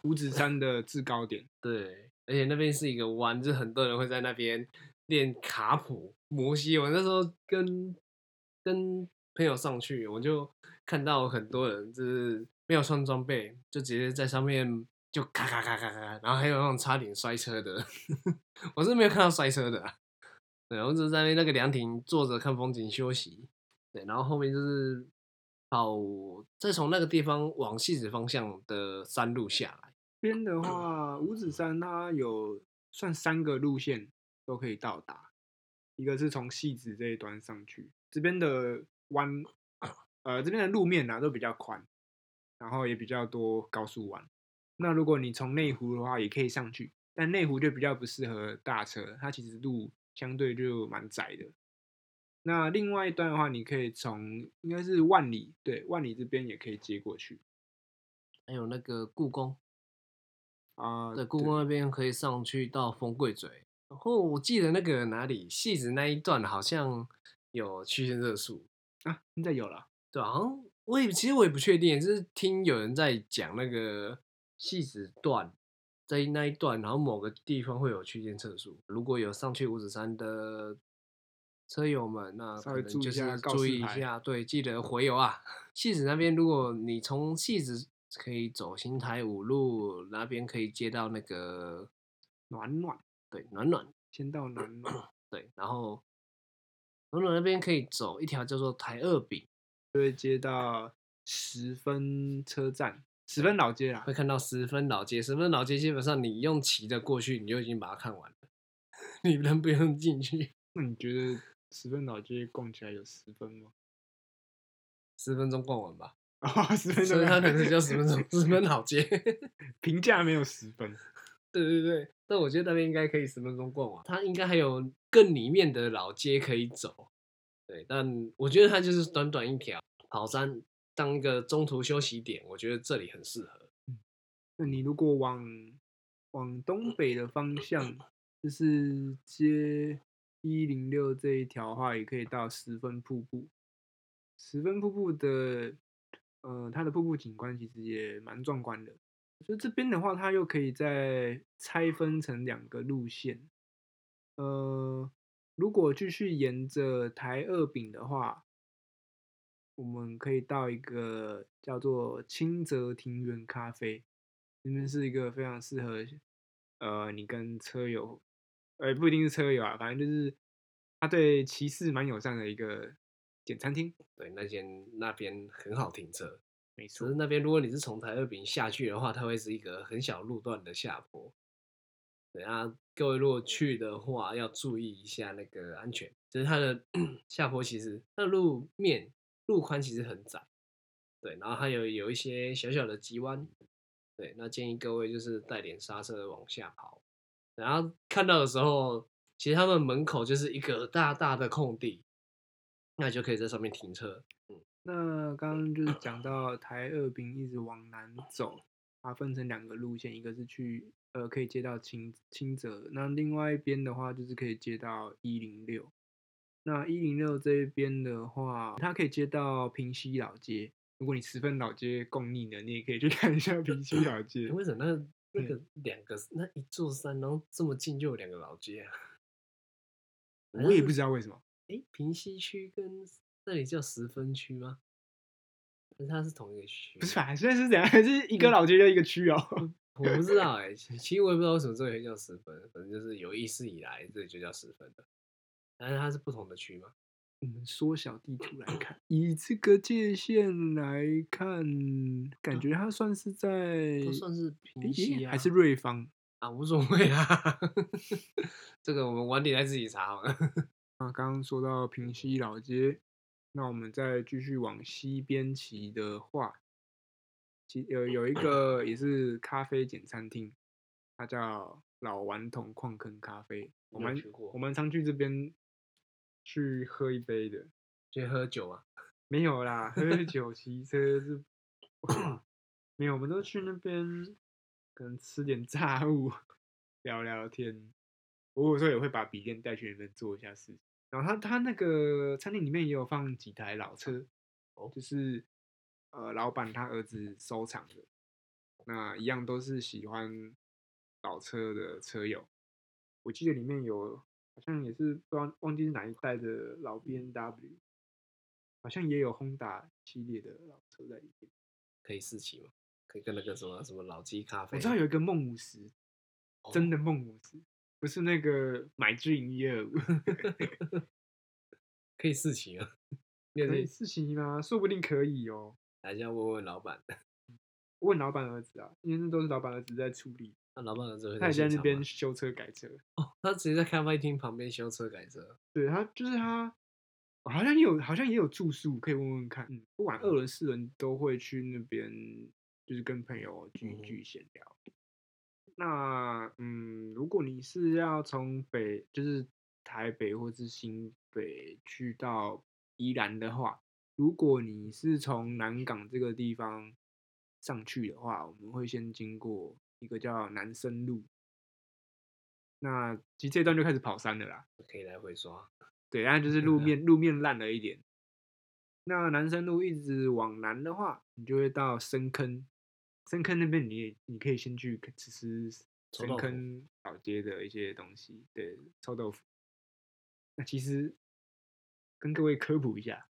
S1: 五指山的制高点。
S2: 对，而且那边是一个湾，就是很多人会在那边练卡普、摩西。我那时候跟跟朋友上去，我就看到很多人就是没有穿装备，就直接在上面就咔咔咔咔咔，然后还有那种差点摔车的， <laughs> 我是没有看到摔车的、啊。对，我只是在那个凉亭坐着看风景休息。对，然后后面就是跑，再从那个地方往戏子方向的山路下来。
S1: 边的话，五指山它有算三个路线都可以到达，一个是从戏子这一端上去，这边的弯，呃，这边的路面啊都比较宽，然后也比较多高速弯。那如果你从内湖的话，也可以上去，但内湖就比较不适合大车，它其实路相对就蛮窄的。那另外一段的话，你可以从应该是万里，对，万里这边也可以接过去
S2: 还有那个故宫，
S1: 啊。
S2: 对，故宫那边可以上去到丰贵嘴。然后我记得那个哪里戏子那一段好像有曲线热树，
S1: 啊，现在有了。
S2: 对啊，好像我也其实我也不确定，就是听有人在讲那个戏子段，在那一段，然后某个地方会有区间测速。如果有上去五指山的车友们，那
S1: 稍
S2: 可
S1: 微
S2: 能
S1: 注意
S2: 就
S1: 一下
S2: 是
S1: 告
S2: 注
S1: 示
S2: 意一
S1: 牌
S2: 下，对，记得回游啊。戏子那边，如果你从戏子可以走新台五路那边，可以接到那个
S1: 暖暖，
S2: 对暖暖。
S1: 先到暖暖，
S2: 对，然后龙龙那边可以走一条叫做台二饼，
S1: 就会接到十分车站，十分老街啦
S2: 会。看到十分老街。十分老街基本上你用骑的过去，你就已经把它看完了， <laughs> 你人不用进去，
S1: 那你觉得十分老街逛起来有十分吗？ <laughs>
S2: 十分钟逛完吧。
S1: 啊、十分
S2: 所以它可能叫十分钟，十分老街。
S1: <laughs>
S2: <laughs>
S1: 评价没有十分，
S2: 对对对，但我觉得那边应该可以十分钟逛完，它应该还有更里面的老街可以走。对，但我觉得它就是短短一条，跑山当一个中途休息点，我觉得这里很适合。
S1: 那你如果往往东北的方向，就是接一零六这一条的话，也可以到十分瀑布。十分瀑布的，呃，它的瀑布景观其实也蛮壮观的。所以这边的话，它又可以再拆分成两个路线。呃，如果继续沿着台二丙的话，我们可以到一个叫做清泽庭园咖啡，那边是一个非常适合，呃，你跟车友，呃，不一定是车友啊，反正就是他对骑士蛮友善的一个简餐厅。
S2: 对，那间那边很好停车，
S1: 没
S2: 只是，那边如果你是从台二丙下去的话，它会是一个很小路段的下坡。对啊，各位如果去的话，要注意一下那个安全，就是它的 <coughs> 下坡其实它的路面路宽其实很窄，对，然后还有有一些小小的急弯，对，那建议各位就是带点刹车往下跑，然后看到的时候，其实他们门口就是一个大大的空地，那你就可以在上面停车，
S1: 那刚刚就是
S2: <clears throat>
S1: 讲到台二丙一直往南走，它分成两个路线，一个是去呃可以接到青青泽，那另外一边的话就是可以接到一零六。那一零六这一边的话，它可以接到平西老街。如果你十分老街共逆的，你也可以去 <laughs> 看一下平西老街
S2: 欸。为什么
S1: 嗯
S2: 那那个两个那一座山，然后这么近就有两个老街啊？
S1: 我也不知道为什么，
S2: 哎、平西区跟这里叫十分区吗？但是它是同一个区，
S1: 不是？吧？ <laughs> 现在是怎样？是一
S2: 嗯
S1: 个老街就一个区哦、
S2: 我不知道哎、其其实我也不知道为什么这里会叫十分，反正就是有意识以来这里就叫十分的。但是它是不同的区吗？
S1: 我们缩小地图来看，以这个界限来看，感觉它算是在
S2: 嗯都算是
S1: 诶
S2: 平西啊，
S1: 还是瑞芳
S2: 啊，无所谓啊。 <laughs> 这个我们晚点再自己查好了。 <laughs>
S1: 啊？刚刚说到平西老街，那我们再继续往西边骑的话，其有有一个也是咖啡简餐厅，它叫老顽童矿坑咖啡，我
S2: 没有
S1: 蛮
S2: 去过
S1: 我蛮常去这边去喝一杯的。
S2: 去喝酒啊，
S1: 没有啦，喝酒骑车是 <clears throat> 没有，我们都去那边可能吃点炸物，聊聊天。我有时候也会把笔电带去那边做一下事情。然后他他那个餐厅里面也有放几台老车，
S2: 哦
S1: 就是呃老板他儿子收藏的，那一样都是喜欢老车的车友。我记得里面有好像也是不知道忘记是哪一代的老 B N W，好像也有 Honda 系列的老车在里面。
S2: 可以试骑吗？可以跟那个什么什么老鸡咖啡啊，哦
S1: 我知道有一个梦五十，真
S2: 的。
S1: 的梦五十，不是那个买之营一二五， <laughs>
S2: 可以试骑啊， <laughs> 你也
S1: 可
S2: 可
S1: 以
S2: 以，
S1: 试骑吗？说不定可以哦。
S2: 还是要问问老板，
S1: 问老板儿子啊，因为那都是老板儿子在处理，
S2: 那老板儿子会
S1: 他也在
S2: 现
S1: 那
S2: 场
S1: 边
S2: 吗 <laughs>
S1: 修车改车。
S2: 哦，他直接在咖啡厅旁边修车改车，
S1: 对他就是他，哦好像也有好像也有住宿，可以问问看。嗯，不管二人四人都会去那边，就是跟朋友聚一
S2: 嗯
S1: 聚闲聊。那嗯，如果你是要从北，就是台北或是新北去到宜兰的话，如果你是从南港这个地方上去的话，我们会先经过一个叫南深路。那其实这段就开始跑山了啦，
S2: 可以来回刷。 <laughs>
S1: 对，然后就是路
S2: 嗯
S1: 面路面烂了一点。那南山路一直往南的话，你就会到深坑，深坑那边你也你可以先去吃吃
S2: 臭
S1: 深
S2: 豆腐
S1: 坑老街的一些东西，对，臭豆腐。那其实跟各位科普一下，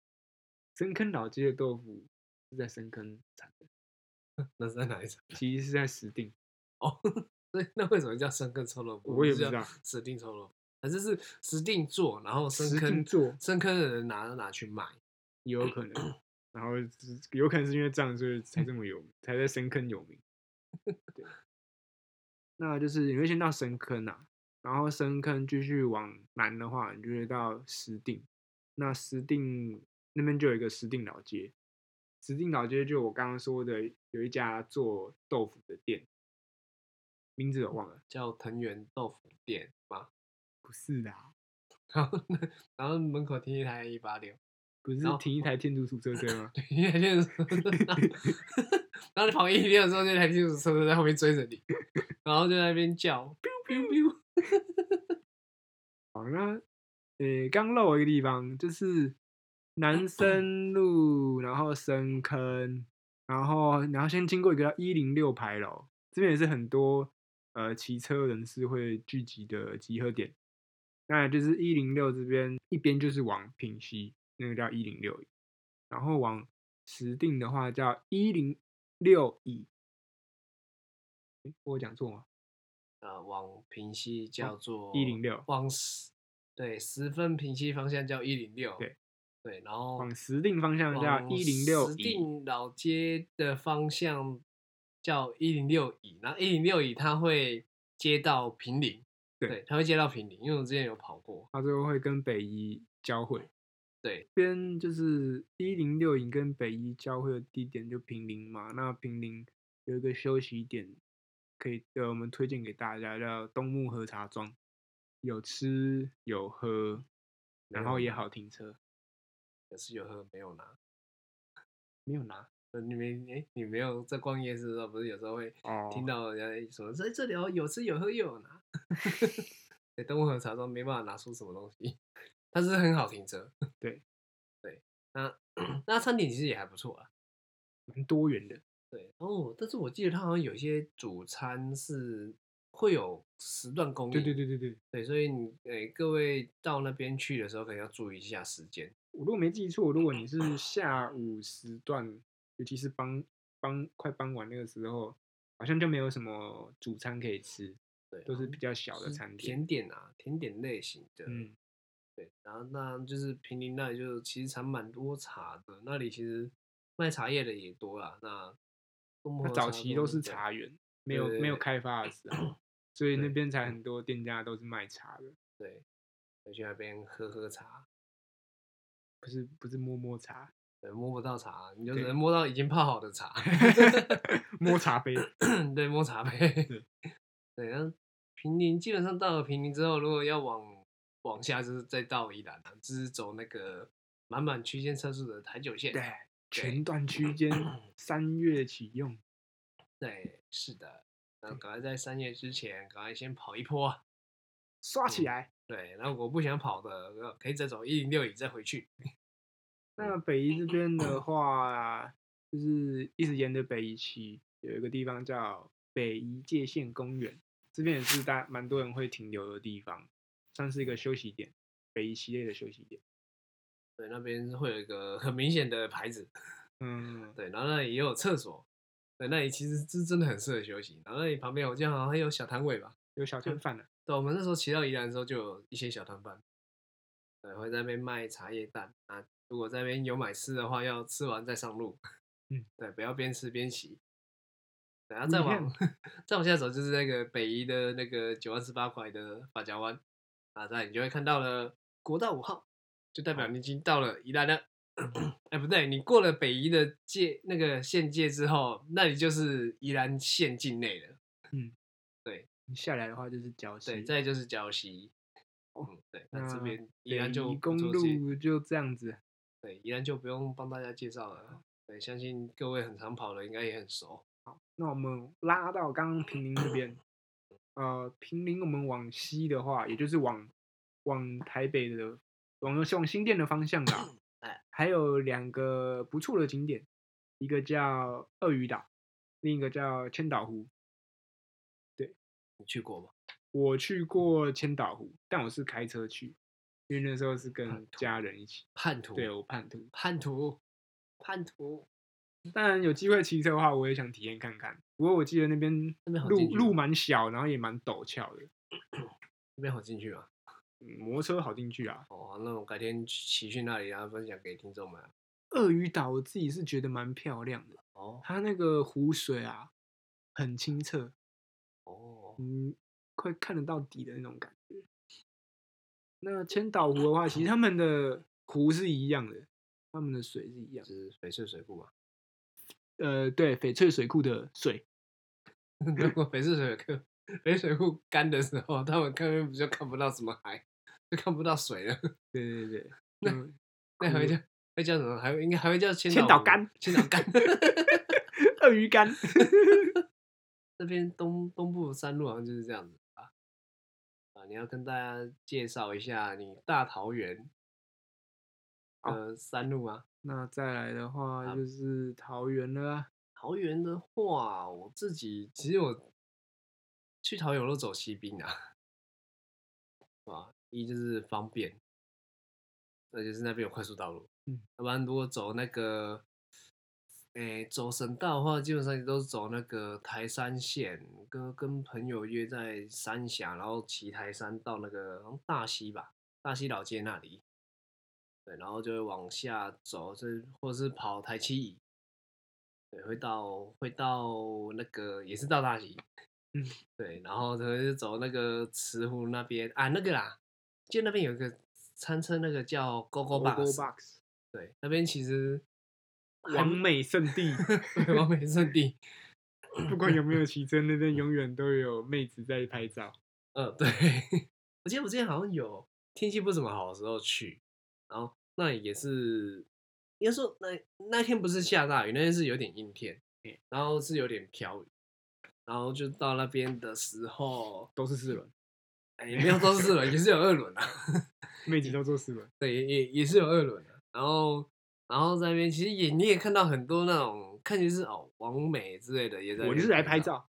S1: 深坑老街的豆腐是在深坑产的，
S2: 那是在哪里找？
S1: 其实是在石碇，
S2: 哦， <laughs> 那那为什么叫深坑臭豆腐？
S1: 我也不
S2: 是
S1: 知
S2: 叫
S1: 道
S2: <laughs> 石定臭豆腐，还是是石定做，然后深
S1: 石碇
S2: 坑
S1: 做
S2: 深坑的人拿拿去卖。
S1: 也有可能。然后是有可能是因为这样，所以才这么有名，才在深坑有名。对，那就是你会先到深坑啊，然后深坑继续往南的话，你就会到石碇。那石碇那边就有一个石碇老街，石碇老街就我刚刚说的有一家做豆腐的店，名字我忘了，
S2: 叫藤原豆腐店吧， <laughs>
S1: 不是啦，
S2: 然后呢，然后门口停一台一八六，
S1: 不是
S2: 然后
S1: 停一台天竺鼠车车吗？
S2: 你来电 <laughs> 子，然后你跑一零的时候，那台电子车车在后面追着你， <laughs> 然后就在那边叫，biu <laughs> biu biu。
S1: 好，那呃，刚漏了一个地方，就是南深路，然后深坑，然后然后先经过一个叫一零六牌楼，这边也是很多呃骑车人士会聚集的集合点。那就是一零六这边，一边就是往平溪，那个叫一零六，然后往石定的话叫一零六乙。诶我有讲错吗？
S2: 呃，往平西叫做
S1: 106
S2: 往十对十分平西方向叫一零六，
S1: 对
S2: 对，然后
S1: 往石定方向叫
S2: 往
S1: 一零六
S2: 石
S1: 乙。
S2: 定老街的方向叫一零六乙，然后一零六乙它会接到平林，
S1: 对
S2: 对，它会接到平林，因为我之前有跑过，
S1: 它最后会跟北一交汇。
S2: 对，
S1: 这边就是一零六营跟北一交汇的地点就平林嘛，那平林有一个休息点，可以呃我们推荐给大家叫东木喝茶庄，有吃有喝，然
S2: 没
S1: 后
S2: 有
S1: 也
S2: 拿
S1: 好停车，
S2: 可是有喝没有拿。
S1: 没有拿
S2: 呃你没哎、你没有在逛夜市的时候，不是有时候会
S1: 哦
S2: 听到人家什么在这里哦有吃有喝又有拿， <laughs> 对，东湖和茶庄没办法拿出什么东西，但是很好停车。 <laughs>
S1: 对
S2: 对，那那餐点其实也还不错啊。
S1: 蛮多元的，
S2: 对哦，但是我记得它好像有一些主餐是会有时段供应，
S1: 对对对对对，
S2: 对，所以你诶、各位到那边去的时候，可能要注意一下时间。
S1: 我如果没记错，如果你是下午时段，尤其是傍傍快傍晚那个时候，好像就没有什么主餐可以吃，
S2: 对，
S1: 都是
S2: 然后
S1: 比较小的
S2: 是
S1: 餐点，
S2: 甜点啊，甜点类型的，
S1: 嗯。
S2: 对，然后那就是平林那里就其实产蛮多茶的，那里其实卖茶叶的也多啦。那东
S1: 它
S2: 坡
S1: 早
S2: 茶
S1: 期
S2: 庄
S1: 都是
S2: 对
S1: 茶园，没
S2: 对
S1: 有
S2: 对
S1: 没有
S2: 对
S1: 开发的时候，所以那
S2: 对
S1: 边才很多店家都是卖茶的，
S2: 对，回去那边喝喝茶，
S1: 不是不是摸摸 <laughs> 茶，
S2: 对，摸不到茶，你就只
S1: 对
S2: 能摸到已经泡好
S1: <laughs>
S2: 的茶，
S1: 摸茶杯。
S2: 对，摸茶杯，
S1: 对，
S2: 对，那平林基本上到了平林之后，如果要往往下就是再到宜兰啊，就是走那个满满区间测速的台九线，
S1: 对，全段区间三月启用，
S2: 对，是的，然后赶快在三月之前，赶快先跑一波啊。
S1: 刷起
S2: 嗯
S1: 来。
S2: 对，然后我不想跑的，呃可以再走一零六乙再回去。
S1: 那北宜这边的话，就是一直沿着北宜骑，有一个地方叫北宜界限公园，这边也是大蛮多人会停留的地方，算是一个休息点，北宜系列的休息点。
S2: 对，那边会有一个很明显的牌子，
S1: 嗯，
S2: 对，然后那里也有厕所，对，那里其实是真的很适合休息。然后那里旁边我记得好像还有小摊位吧，
S1: 有小摊贩了，
S2: 对，我们那时候骑到宜兰的时候就有一些小摊贩，对，会在那边卖茶叶蛋啊。如果在那边有买吃的话，要吃完再上路。
S1: 嗯，
S2: <laughs> 对，不要边吃边骑。等下再
S1: 你
S2: 往 <laughs> 再往下走，就是那个北宜的那个九万十八块的法夹湾啊，那你就会看到了国道五号，就代表你已经到了宜兰了。
S1: 嗯
S2: <coughs> 哎，不对，你过了北宜的界那个县界之后，那里就是宜兰县境内了。
S1: 你下来的话就是礁溪。
S2: 对，再就是礁溪。嗯，对，那
S1: 哦
S2: 这
S1: 那
S2: 边宜
S1: 北
S2: 兰就
S1: 宜
S2: 不
S1: 公
S2: 做介
S1: 路就这样子，
S2: 对，宜兰就不用帮大家介绍了。对，相信各位很常跑的，应该也很熟。
S1: 那我们拉到刚刚平陵这边，呃，平陵我们往西的话，也就是往往台北的，往往新店的方向啦。
S2: 哎，
S1: 还有两个不错的景点，一个叫鳄鱼岛，另一个叫千岛湖。
S2: 你去过吗？
S1: 我去过千岛湖，但我是开车去，因为那时候是跟家人一起，
S2: 叛徒，
S1: 对我叛徒。
S2: 叛徒，叛徒，
S1: 当然有机会骑车的话，我也想体验看看。不过我记得那边
S2: 那边好进
S1: 路
S2: 去
S1: 路
S2: 吗
S1: 蛮小，然后也蛮陡峭的，
S2: 那边好进去吗？
S1: 嗯摩托车好进去啊。
S2: 哦，那我改天骑去那里，然后分享给听众们啊。
S1: 鳄鱼岛我自己是觉得蛮漂亮的，
S2: 哦
S1: 它那个湖水啊很清澈，
S2: 哦，
S1: 嗯，快看得到底的那种感觉。那千岛湖的话，其实他们的湖是一样的，他们的水是一样的。
S2: 是翡翠水库嘛？
S1: 呃，对，翡翠水库的水，
S2: <laughs> 如果翡翠水库翡翠水库干的时候，他们根本就看不到什么海，就看不到水了。 <laughs>
S1: <laughs> 对对对，
S2: 那
S1: 嗯
S2: 那回
S1: 哭
S2: 就会叫什么？还会应该还会叫千
S1: 千岛干，
S2: 千岛干。
S1: 鳄鱼干，
S2: 这边东东部山路好像就是这样子吧？啊，你要跟大家介绍一下你大桃园
S1: 好
S2: 呃山路啊。
S1: <laughs> 那再来的话就是桃园了啊、
S2: 桃园的话，我自己其实我去桃园我都走西滨啊， <laughs> 啊，一就是方便，二就是那边有快速道路，
S1: 嗯，
S2: 要不然如果走那个，诶、走省道的话，基本上都是走那个台山线，跟跟朋友约在三峡，然后骑台山到那个好像大溪吧，大溪老街那里，对，然后就会往下走，是或者是跑台七乙，对，会到会到那个也是到大溪，
S1: 嗯，
S2: <laughs> 对，然后可能就走那个慈湖那边啊，那个啦，就那边有一个餐车，那个叫 Go Go
S1: Go
S2: Bus，
S1: Box
S2: 对，那边其实还
S1: 完美圣
S2: <laughs>
S1: 地，
S2: 对完美圣地，
S1: 不管有没有骑车，那边永远都有妹子在拍照。
S2: 嗯，对， <laughs> 我记得我之前好像有天气不怎么好的时候去，然后那也是，应该说那那天不是下大雨，那天是有点阴天，然后是有点飘雨，然后就到那边的时候，
S1: 都是四轮，
S2: 哎，也没有都是四轮，也是有二轮啊，
S1: 妹子都坐四轮，
S2: 对，也也也是有二轮的、啊然后，然后在那边其实也你也看到很多那种看起来是哦完美之类的，也在那
S1: 我就
S2: 边
S1: 是来拍照。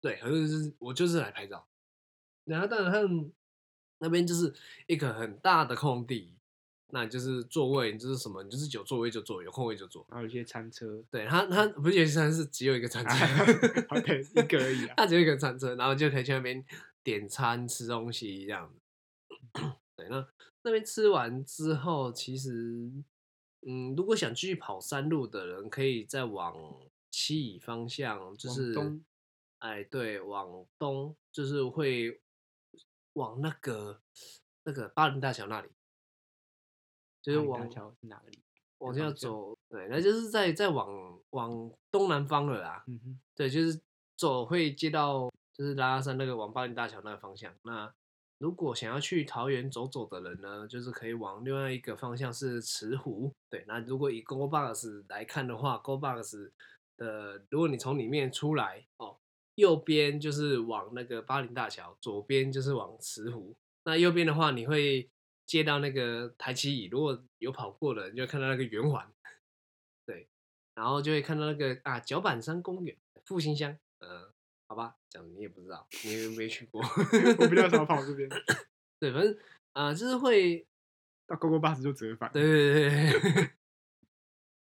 S2: 对，可是就是我就是来拍照。然后，当然他们那边就是一个很大的空地，那你就是座位，你就是什么，你就是有座位就坐，有空位就坐。
S1: 然后有些餐车，
S2: 对他，他不是有些餐是只有一个餐
S1: 啊
S2: 车，
S1: 好对，
S2: <laughs>
S1: 一个而已啊。
S2: 他只有一个餐车，然后就可以去那边点餐吃东西这样子。对，那那边吃完之后，其实，嗯，如果想继续跑山路的人，可以再往西乙方向，就
S1: 往
S2: 是
S1: 东，
S2: 哎，对，往东就是会往那个那个巴黎大桥那里，就是
S1: 巴黎大
S2: 往
S1: 桥是哪里？
S2: 往
S1: 的
S2: 下
S1: 方向
S2: 走，对，那就是在在往往东南方了啦。
S1: 嗯哼，
S2: <laughs> 对，就是走会接到就是拉拉山那个往巴黎大桥那个方向。那如果想要去桃园走走的人呢，就是可以往另外一个方向是慈湖。对，那如果以 Go Box 来看的话，Go Box 的，如果你从里面出来哦，右边就是往那个巴黎大桥，左边就是往慈湖。那右边的话，你会接到那个台七乙，如果有跑过的，你就会看到那个圆环。然后就会看到那个啊，脚板山公园、复兴乡，呃，好吧，讲你也不知道，你也没去过， <laughs>
S1: 我比较少跑这边，
S2: 对，反正啊、呃就是会，
S1: 到 GoGo Bus 就折返。
S2: 对对对对 <laughs> 对，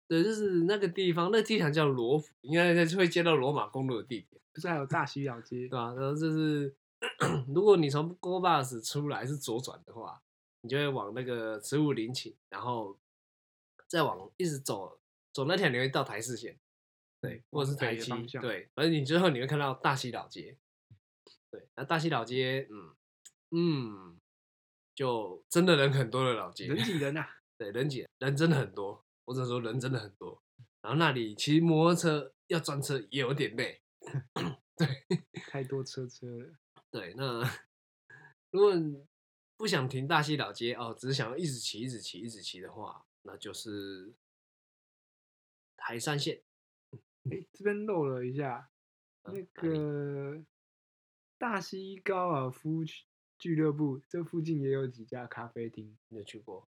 S2: 对，就是那个地方，那个地方叫罗浮，应该是会接到罗马公路的地点，
S1: 不是还有大溪老街
S2: 对？吧、然后就是 <coughs> 如果你从 Go Bus 出来是左转的话，你就会往那个慈湖林寝，然后再往一直走，走那条你会到台四线。对，或者是
S1: 往北
S2: 台
S1: 的
S2: 七
S1: 哦方，向
S2: 对，反正你之后你会看到大溪老街，对，那大溪老街，嗯嗯，就真的人很多的老街，
S1: 人挤人啊，
S2: 对，人挤人真的很多，我只能说人真的很多。然后那里骑摩托车要专车也有点累，
S1: 太多车车了。
S2: 对，那如果你不想停大溪老街哦，只是想要一直骑、一直骑、一直骑的话，那就是台山线。
S1: 诶这边漏了一
S2: <laughs>
S1: 下，
S2: 呃
S1: 那
S2: 哪里
S1: 个大溪高尔夫俱俱乐部这附近也有几家咖啡厅，
S2: 你有去过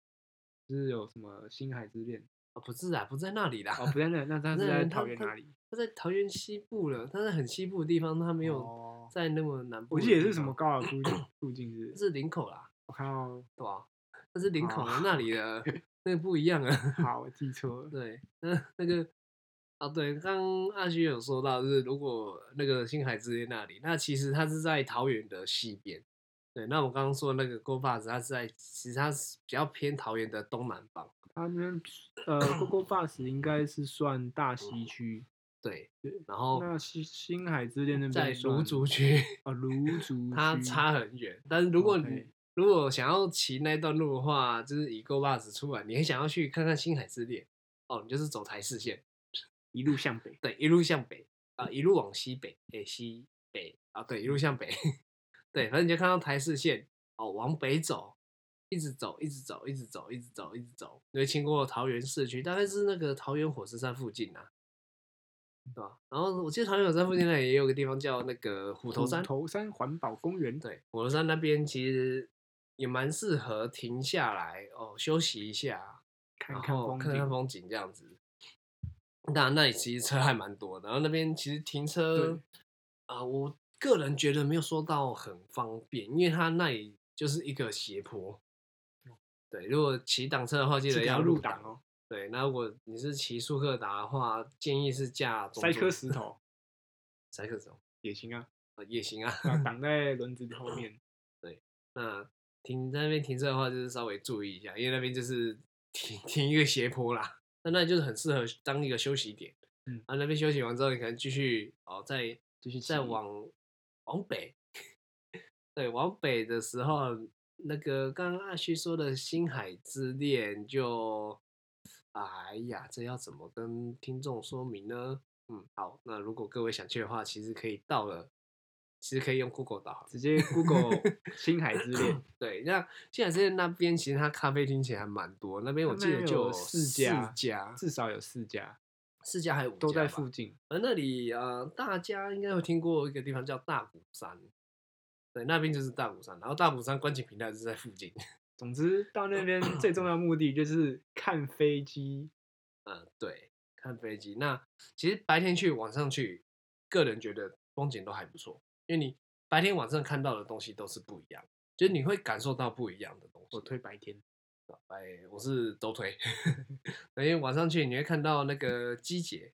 S1: 就是有什么星海之恋
S2: 啊、不是啊，不在那里啦。
S1: 哦，不在那，那它是
S2: 那
S1: 在
S2: 它
S1: 桃园
S2: 它
S1: 哪里？
S2: 他在桃园西部了，他在很西部的地方，他没有
S1: 哦，
S2: 在那么南部
S1: 我
S2: 的地
S1: 记
S2: 方。
S1: 得也是什么高尔
S2: <clears throat>
S1: 夫附近是不是，
S2: 是林口啦，
S1: 我看到
S2: 对吧、那是林口的
S1: 哦
S2: 那里的，那个不一样啊。
S1: 好，我记错了。
S2: 对，那那个啊，对，刚刚阿虚有说到，就是如果那个星海之恋那里，那其实它是在桃园的西边。对，那我刚刚说的那个 Go b a s 它是在其实它是比较偏桃园的东南方。
S1: 他那边
S2: <clears throat>
S1: 呃，Google Bus 应该是算大
S2: 哦
S1: 西区，
S2: 对
S1: 对，
S2: 然后
S1: 那西星海之恋那边
S2: 哦在
S1: 算
S2: 芦竹区。
S1: 啊，芦竹
S2: <laughs> 它
S1: 区哦
S2: 差很远。但是如果你
S1: OK
S2: 如果想要骑那段路的话，就是以 Go Bus 出来，你很想要去看看星海之恋，哦，你就是走台四线，
S1: 一路向北，
S2: 对，一路向北啊、一路往西北，诶、西 <laughs> 北啊，对，一路向北，对，反正你就看到台四线哦，往北走，一直走，一直走，一直走，一直走，一直走，你会经过桃园市区，大概是那个桃园火车站附近啊，对吧？然后我记得桃园火车站附近那里也有个地方叫那个虎头山，
S1: 头山环保公园，
S2: 对，火车站那边其实也蛮适合停下来哦，休息一下，
S1: 看
S2: 然
S1: 看
S2: 后
S1: 风
S2: 看看
S1: 景。
S2: 风景这样子。那那里其实车还蛮多的，然后那边其实停车
S1: 对
S2: 啊、我个人觉得没有说到很方便，因为它那里就是一个斜坡。对，如果骑挡车的话，记
S1: 哦是
S2: 得要
S1: 条
S2: 入
S1: 路档
S2: 档。
S1: 哦，
S2: 对，那如果你是骑速克达的话，建议是架中
S1: 塞
S2: 座
S1: 颗石，
S2: <laughs>
S1: 头
S2: 塞克石头
S1: 也行啊，
S2: 呃也行啊。
S1: 啊挡在轮子后
S2: <clears throat>
S1: 面。
S2: 那停在那边停车的话，就是稍微注意一下，因为那边就是停停一个斜坡啦。那那里就是很适合当一个休息点。
S1: 嗯
S2: 啊，那边休息完之后，你可能继续哦，再
S1: 继续
S2: 再
S1: 骑
S2: 往往北， <laughs> 对，往北的时候，那个刚刚阿旭说的《星海之恋》就，哎呀，这要怎么跟听众说明呢？嗯，好，那如果各位想去的话，其实可以到了，其实可以用 Google 导航。
S1: 直接
S2: <laughs>
S1: Google 星海之
S2: <coughs>
S1: 恋，
S2: 对，那现在在那边其实它咖啡厅其实还蛮多，那边我
S1: 那
S2: 记得
S1: 边
S2: 就
S1: 有
S2: 有
S1: 四
S2: 家
S1: 家，
S2: 家
S1: 至少有四家
S2: 四家还有五
S1: 都在
S2: 家吧
S1: 附近。
S2: 而那里呃，大家应该有听过一个地方叫大鼓山，对，那边就是大鼓山，然后大鼓山观景平台就是在附近，
S1: 总之到那
S2: <clears throat>
S1: 边最重要目的就是看飞机，
S2: 嗯，对，看飞机。那其实白天去，晚上去，个人觉得风景都还不错，因为你白天晚上看到的东西都是不一样，就是你会感受到不一样的东西
S1: 我。推白天。
S2: 哎，我是都 <laughs> 推，因为晚上去你会看到那个机姐，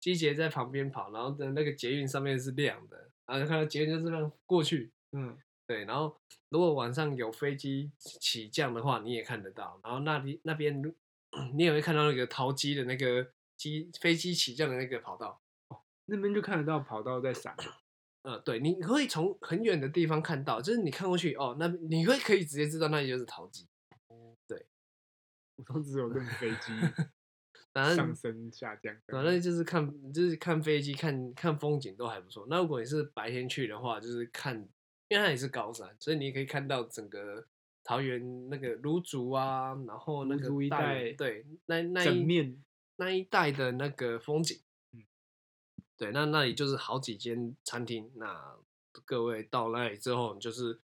S2: 机姐在旁边跑，然后的那个捷运上面是亮的，然后就看到捷运就这样过去，
S1: 嗯，
S2: 对，然后如果晚上有飞机起降的话，你也看得到。然后那里那边你也会看到那个淘机的那个机飞机起降的那个跑道。
S1: 那边就看得到跑道在闪，
S2: 呃，对，你可以从很远的地方看到，就是你看过去哦，那你会可以直接知道那里就是淘机。
S1: 我都只有跟飞机
S2: <laughs> 反正
S1: 上升下降。
S2: 反正就是看就是看飞机看看风景都还不错。那如果你是白天去的话，就是看，因为它也是高山，所以你可以看到整个桃园那个芦竹啊，然后那
S1: 芦
S2: 个
S1: 竹一
S2: 大园
S1: 带
S2: 对那那一
S1: 整面
S2: 那一带的那个风景。
S1: 嗯
S2: 对，那那里就是好几间餐厅。那各位到那里之后，你就是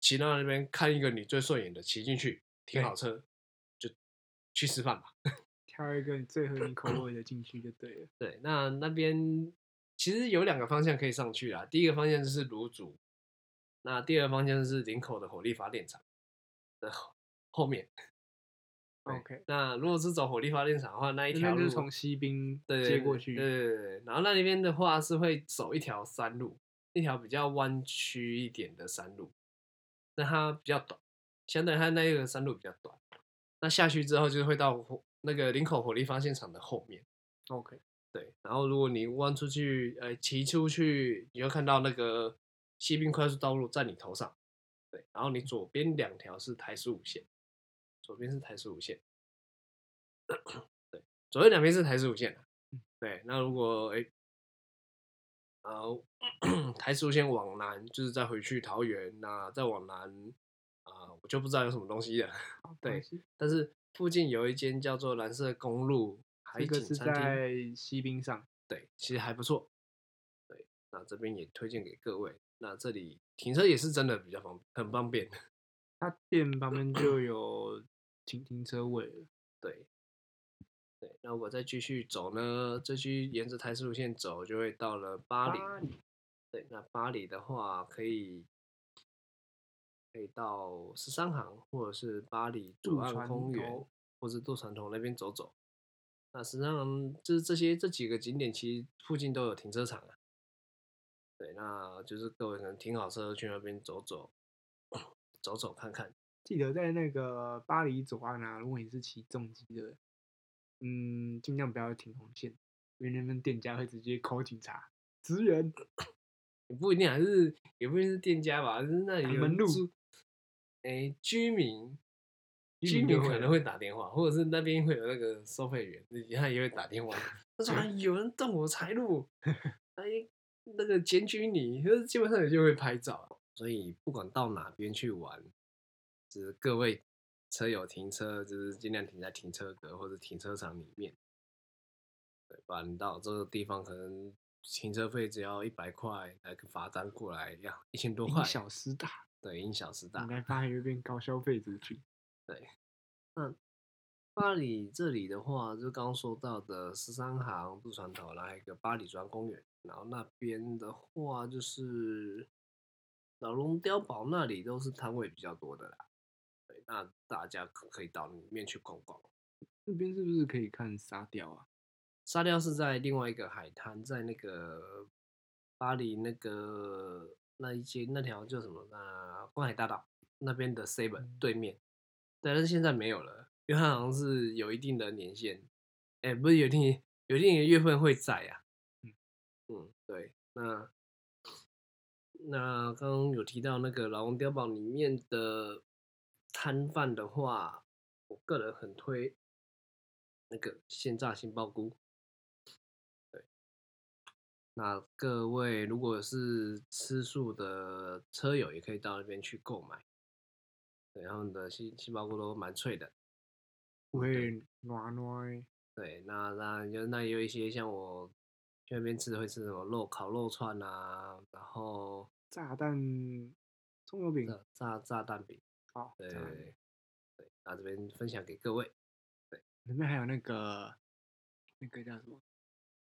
S2: 骑到那边看一个你最顺眼的，骑进去停好车，就去吃饭吧。
S1: 挑一个你最合你口味的进去就对了。
S2: 对，那那边其实有两个方向可以上去啦。第一个方向就是芦竹，那第二个方向是林口的火力发电厂的后后面。 <clears throat> 对
S1: OK
S2: 那如果是走火力发电厂的话，那一
S1: 那边
S2: 条
S1: 就
S2: 路
S1: 是从西滨
S2: 对
S1: 接过去，
S2: 对对对对。然后那里边的话是会走一条山路，一条比较弯曲一点的山路，那它比较短，相对它那一个山路比较短。那下去之后就会到火那个林口火力发电厂的后面。
S1: OK，
S2: 对，然后如果你弯出去，呃，骑出去，你会看到那个西滨快速道路在你头上。对，然后你左边两条是台十五线，左边是台十五线，对，左右两边是台十五线、啊、
S1: 嗯
S2: 对，那如果哎，呃， <coughs> 台十五线往南就是再回去桃园，那再往南啊、我就不知道有什么东西了。 <laughs> 对
S1: 没关系，
S2: 但是附近有一间叫做蓝色公路海
S1: 这个
S2: 景
S1: 是
S2: 餐厅。
S1: 在西滨上，
S2: 对，其实还不错。对，那这边也推荐给各位。那这里停车也是真的比较方便，很方便。
S1: 它店旁边就有 <coughs> 停停车位了。
S2: 对，对。那我再继续走呢，继续沿着台十路线走，就会到了巴黎。
S1: 巴黎
S2: 对，那巴黎的话，可以可以到十三行，或者是巴黎左
S1: 渡
S2: 岸
S1: 船
S2: 公园
S1: 头，
S2: 或是渡船头那边走走。那十三行就是这些这几个景点，其实附近都有停车场啊。对，那就是各位可能停好车去那边走走， <coughs> 走走看看。
S1: 记得在那个巴黎左岸啊，如果你是骑重机的，嗯，尽量不要停红线，因为那边店家会直接 call 警察，支援。
S2: 也不一定还啊是也不一定是店家吧，就是那里
S1: 挡
S2: 有
S1: 门路
S2: 住，哎、居民，
S1: 居
S2: 居
S1: 民
S2: 民
S1: 就会
S2: 可能
S1: 来
S2: 会打电话，或者是那边会有那个收费员，他也会打电 <laughs> 话，他说、啊、有人动我财 <laughs> 路，哎，那个啊检举你，就是基本上你就会拍照，所以不管到哪边去玩，就是各位车友停车，就是尽量停在停车格或者停车场里面。对，不然你到这个地方可能停车费只要一百块，来个罚单过来要一千多块
S1: 因，小失大，
S2: 对，因小失大
S1: 应。该发现变高消费族群。
S2: 嗯巴黎这里的话，就刚说到的十三行渡船头，然后还有一个巴黎中央公园，然后那边的话就是老龙碉堡那里都是摊位比较多的啦。对，那大家可可以到里面去逛逛。
S1: 那边是不是可以看沙雕啊？
S2: 沙雕是在另外一个海滩，在那个巴黎那个那一街那条叫什么？那观海大道那边的 Seven 对面。对，但是现在没有了，因为它好像是有一定的年限，哎、不是有一定有一定的月份会在啊。
S1: 嗯
S2: 嗯，对，那那刚刚有提到那个老王碉堡里面的摊贩的话，我个人很推那个现榨杏鲍菇。对，那各位如果是吃素的车友，也可以到那边去购买。对，然后你的杏杏鲍菇都蛮脆的。
S1: 不会暖暖，
S2: 对，那那就那也有一些像我去那边吃的会吃什么肉烤肉串啊，然后
S1: 炸弹葱油饼，
S2: 炸炸炸蛋饼，
S1: 好，
S2: 对
S1: 嗯炸弹
S2: 对，那这边分享给各位。
S1: 里面还有那个那个叫什么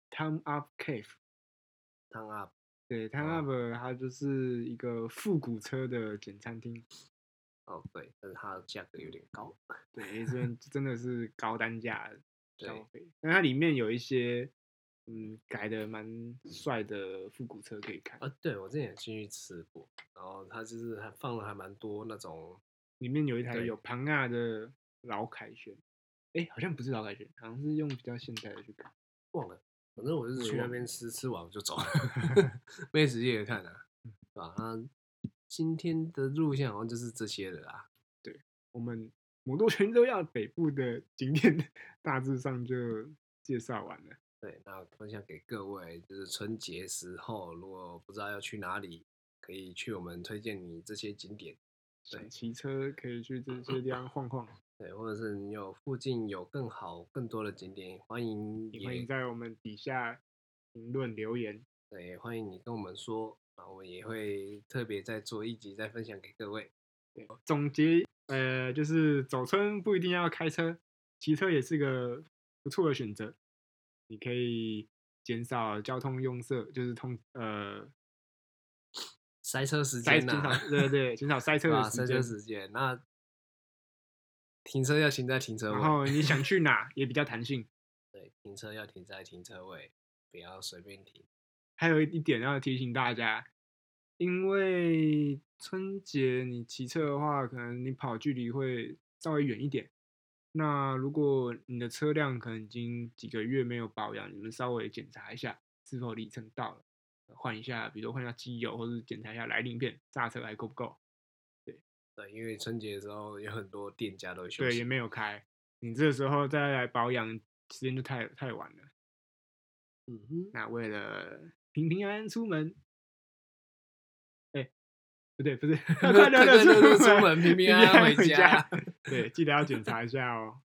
S1: Time Up Cave，
S2: 汤啊，
S1: 对 Time
S2: 哦
S1: Up 它就是一个复古车的简餐厅，
S2: 哦对，但是它的价格有点高。
S1: 对，这边真的是高单
S2: <laughs>
S1: 价消
S2: 对，
S1: 费，但它里面有一些嗯改的蛮帅的复古车可以看，
S2: 啊，对我之前也进去吃过，然后它就是还放了还蛮多那种，
S1: 里面有一台
S2: 对
S1: 有庞亚的老凯旋，哎，好像不是老凯旋，好像是用比较现代的去改。
S2: 忘了，反正我就是
S1: 我也
S2: 去那
S1: 忘
S2: 边吃，吃完我就
S1: <laughs>
S2: 走了，没仔细地看啊，
S1: 嗯
S2: 对吧？那今天的路线好像就是这些了啦。
S1: 我们摩托全都要北部的景点大致上就介绍完了。
S2: 对，那分享给各位，就是春节时候，如果不知道要去哪里，可以去我们推荐你这些景点，
S1: 想
S2: 对
S1: 骑车可以去这些地方晃
S2: <laughs>
S1: 晃，
S2: 对，或者是你有附近有更好、更多的景点，欢迎
S1: 也欢迎
S2: 也
S1: 在我们底下评论留言。
S2: 对，欢迎你跟我们说，啊，我们也会特别再做一集再分享给各位。
S1: 对，总结呃，就是走村不一定要开车，骑车也是个不错的选择。你可以减少交通拥塞，就是通呃
S2: 塞车时
S1: 塞减
S2: 间呐、
S1: 少对对对减少塞车
S2: <laughs> 对
S1: 的
S2: 吧？塞
S1: 时间。
S2: 车啊时间，那停车要停在停车
S1: 然
S2: 位，
S1: 后你想去哪也比较弹性。
S2: 对，停车要停在停车位，不要随便停。
S1: 还有一点要提醒大家，因为春节你骑车的话，可能你跑距离会稍微远一点。那如果你的车辆可能已经几个月没有保养，你们稍微检查一下是否里程到了，换一下，比如说换一下机油，或者检查一下来令片、刹车还够不够，
S2: 对，因为春节的时候有很多店家都会休
S1: 对，
S2: 息
S1: 也。没有开，你这时候再来保养，时间就太太晚了。
S2: 嗯哼，
S1: 那为了平平安安出门，哎、不对不对， <laughs> <laughs> 快乐的
S2: 快乐地
S1: 出
S2: 出
S1: <laughs> 门，
S2: 门平
S1: 平
S2: 平安安
S1: 回
S2: 回
S1: 家 <laughs>
S2: 家。
S1: 对，记得要检查一下哦。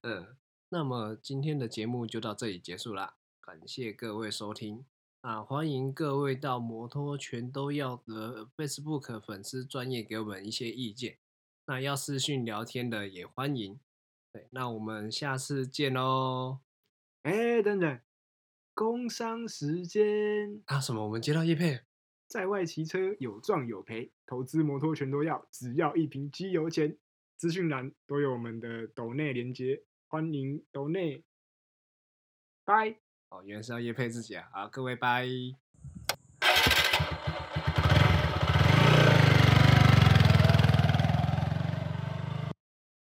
S2: 嗯，那么今天的节目就到这里结束啦，感谢各位收听啊！欢迎各位到摩托全都要的呃 Facebook 粉丝专业给我们一些意见，那要私讯聊天的也欢迎。对，那我们下次见喽！
S1: 哎、等等，工伤时间，
S2: 啊，什么？我们接到叶佩，
S1: 在外骑车有赚有赔，投资摩托全都要，只要一瓶机油钱。资讯栏都有我们的抖内连接，欢迎抖内。拜。
S2: 哦，原来是要叶佩自己啊！好，各位拜。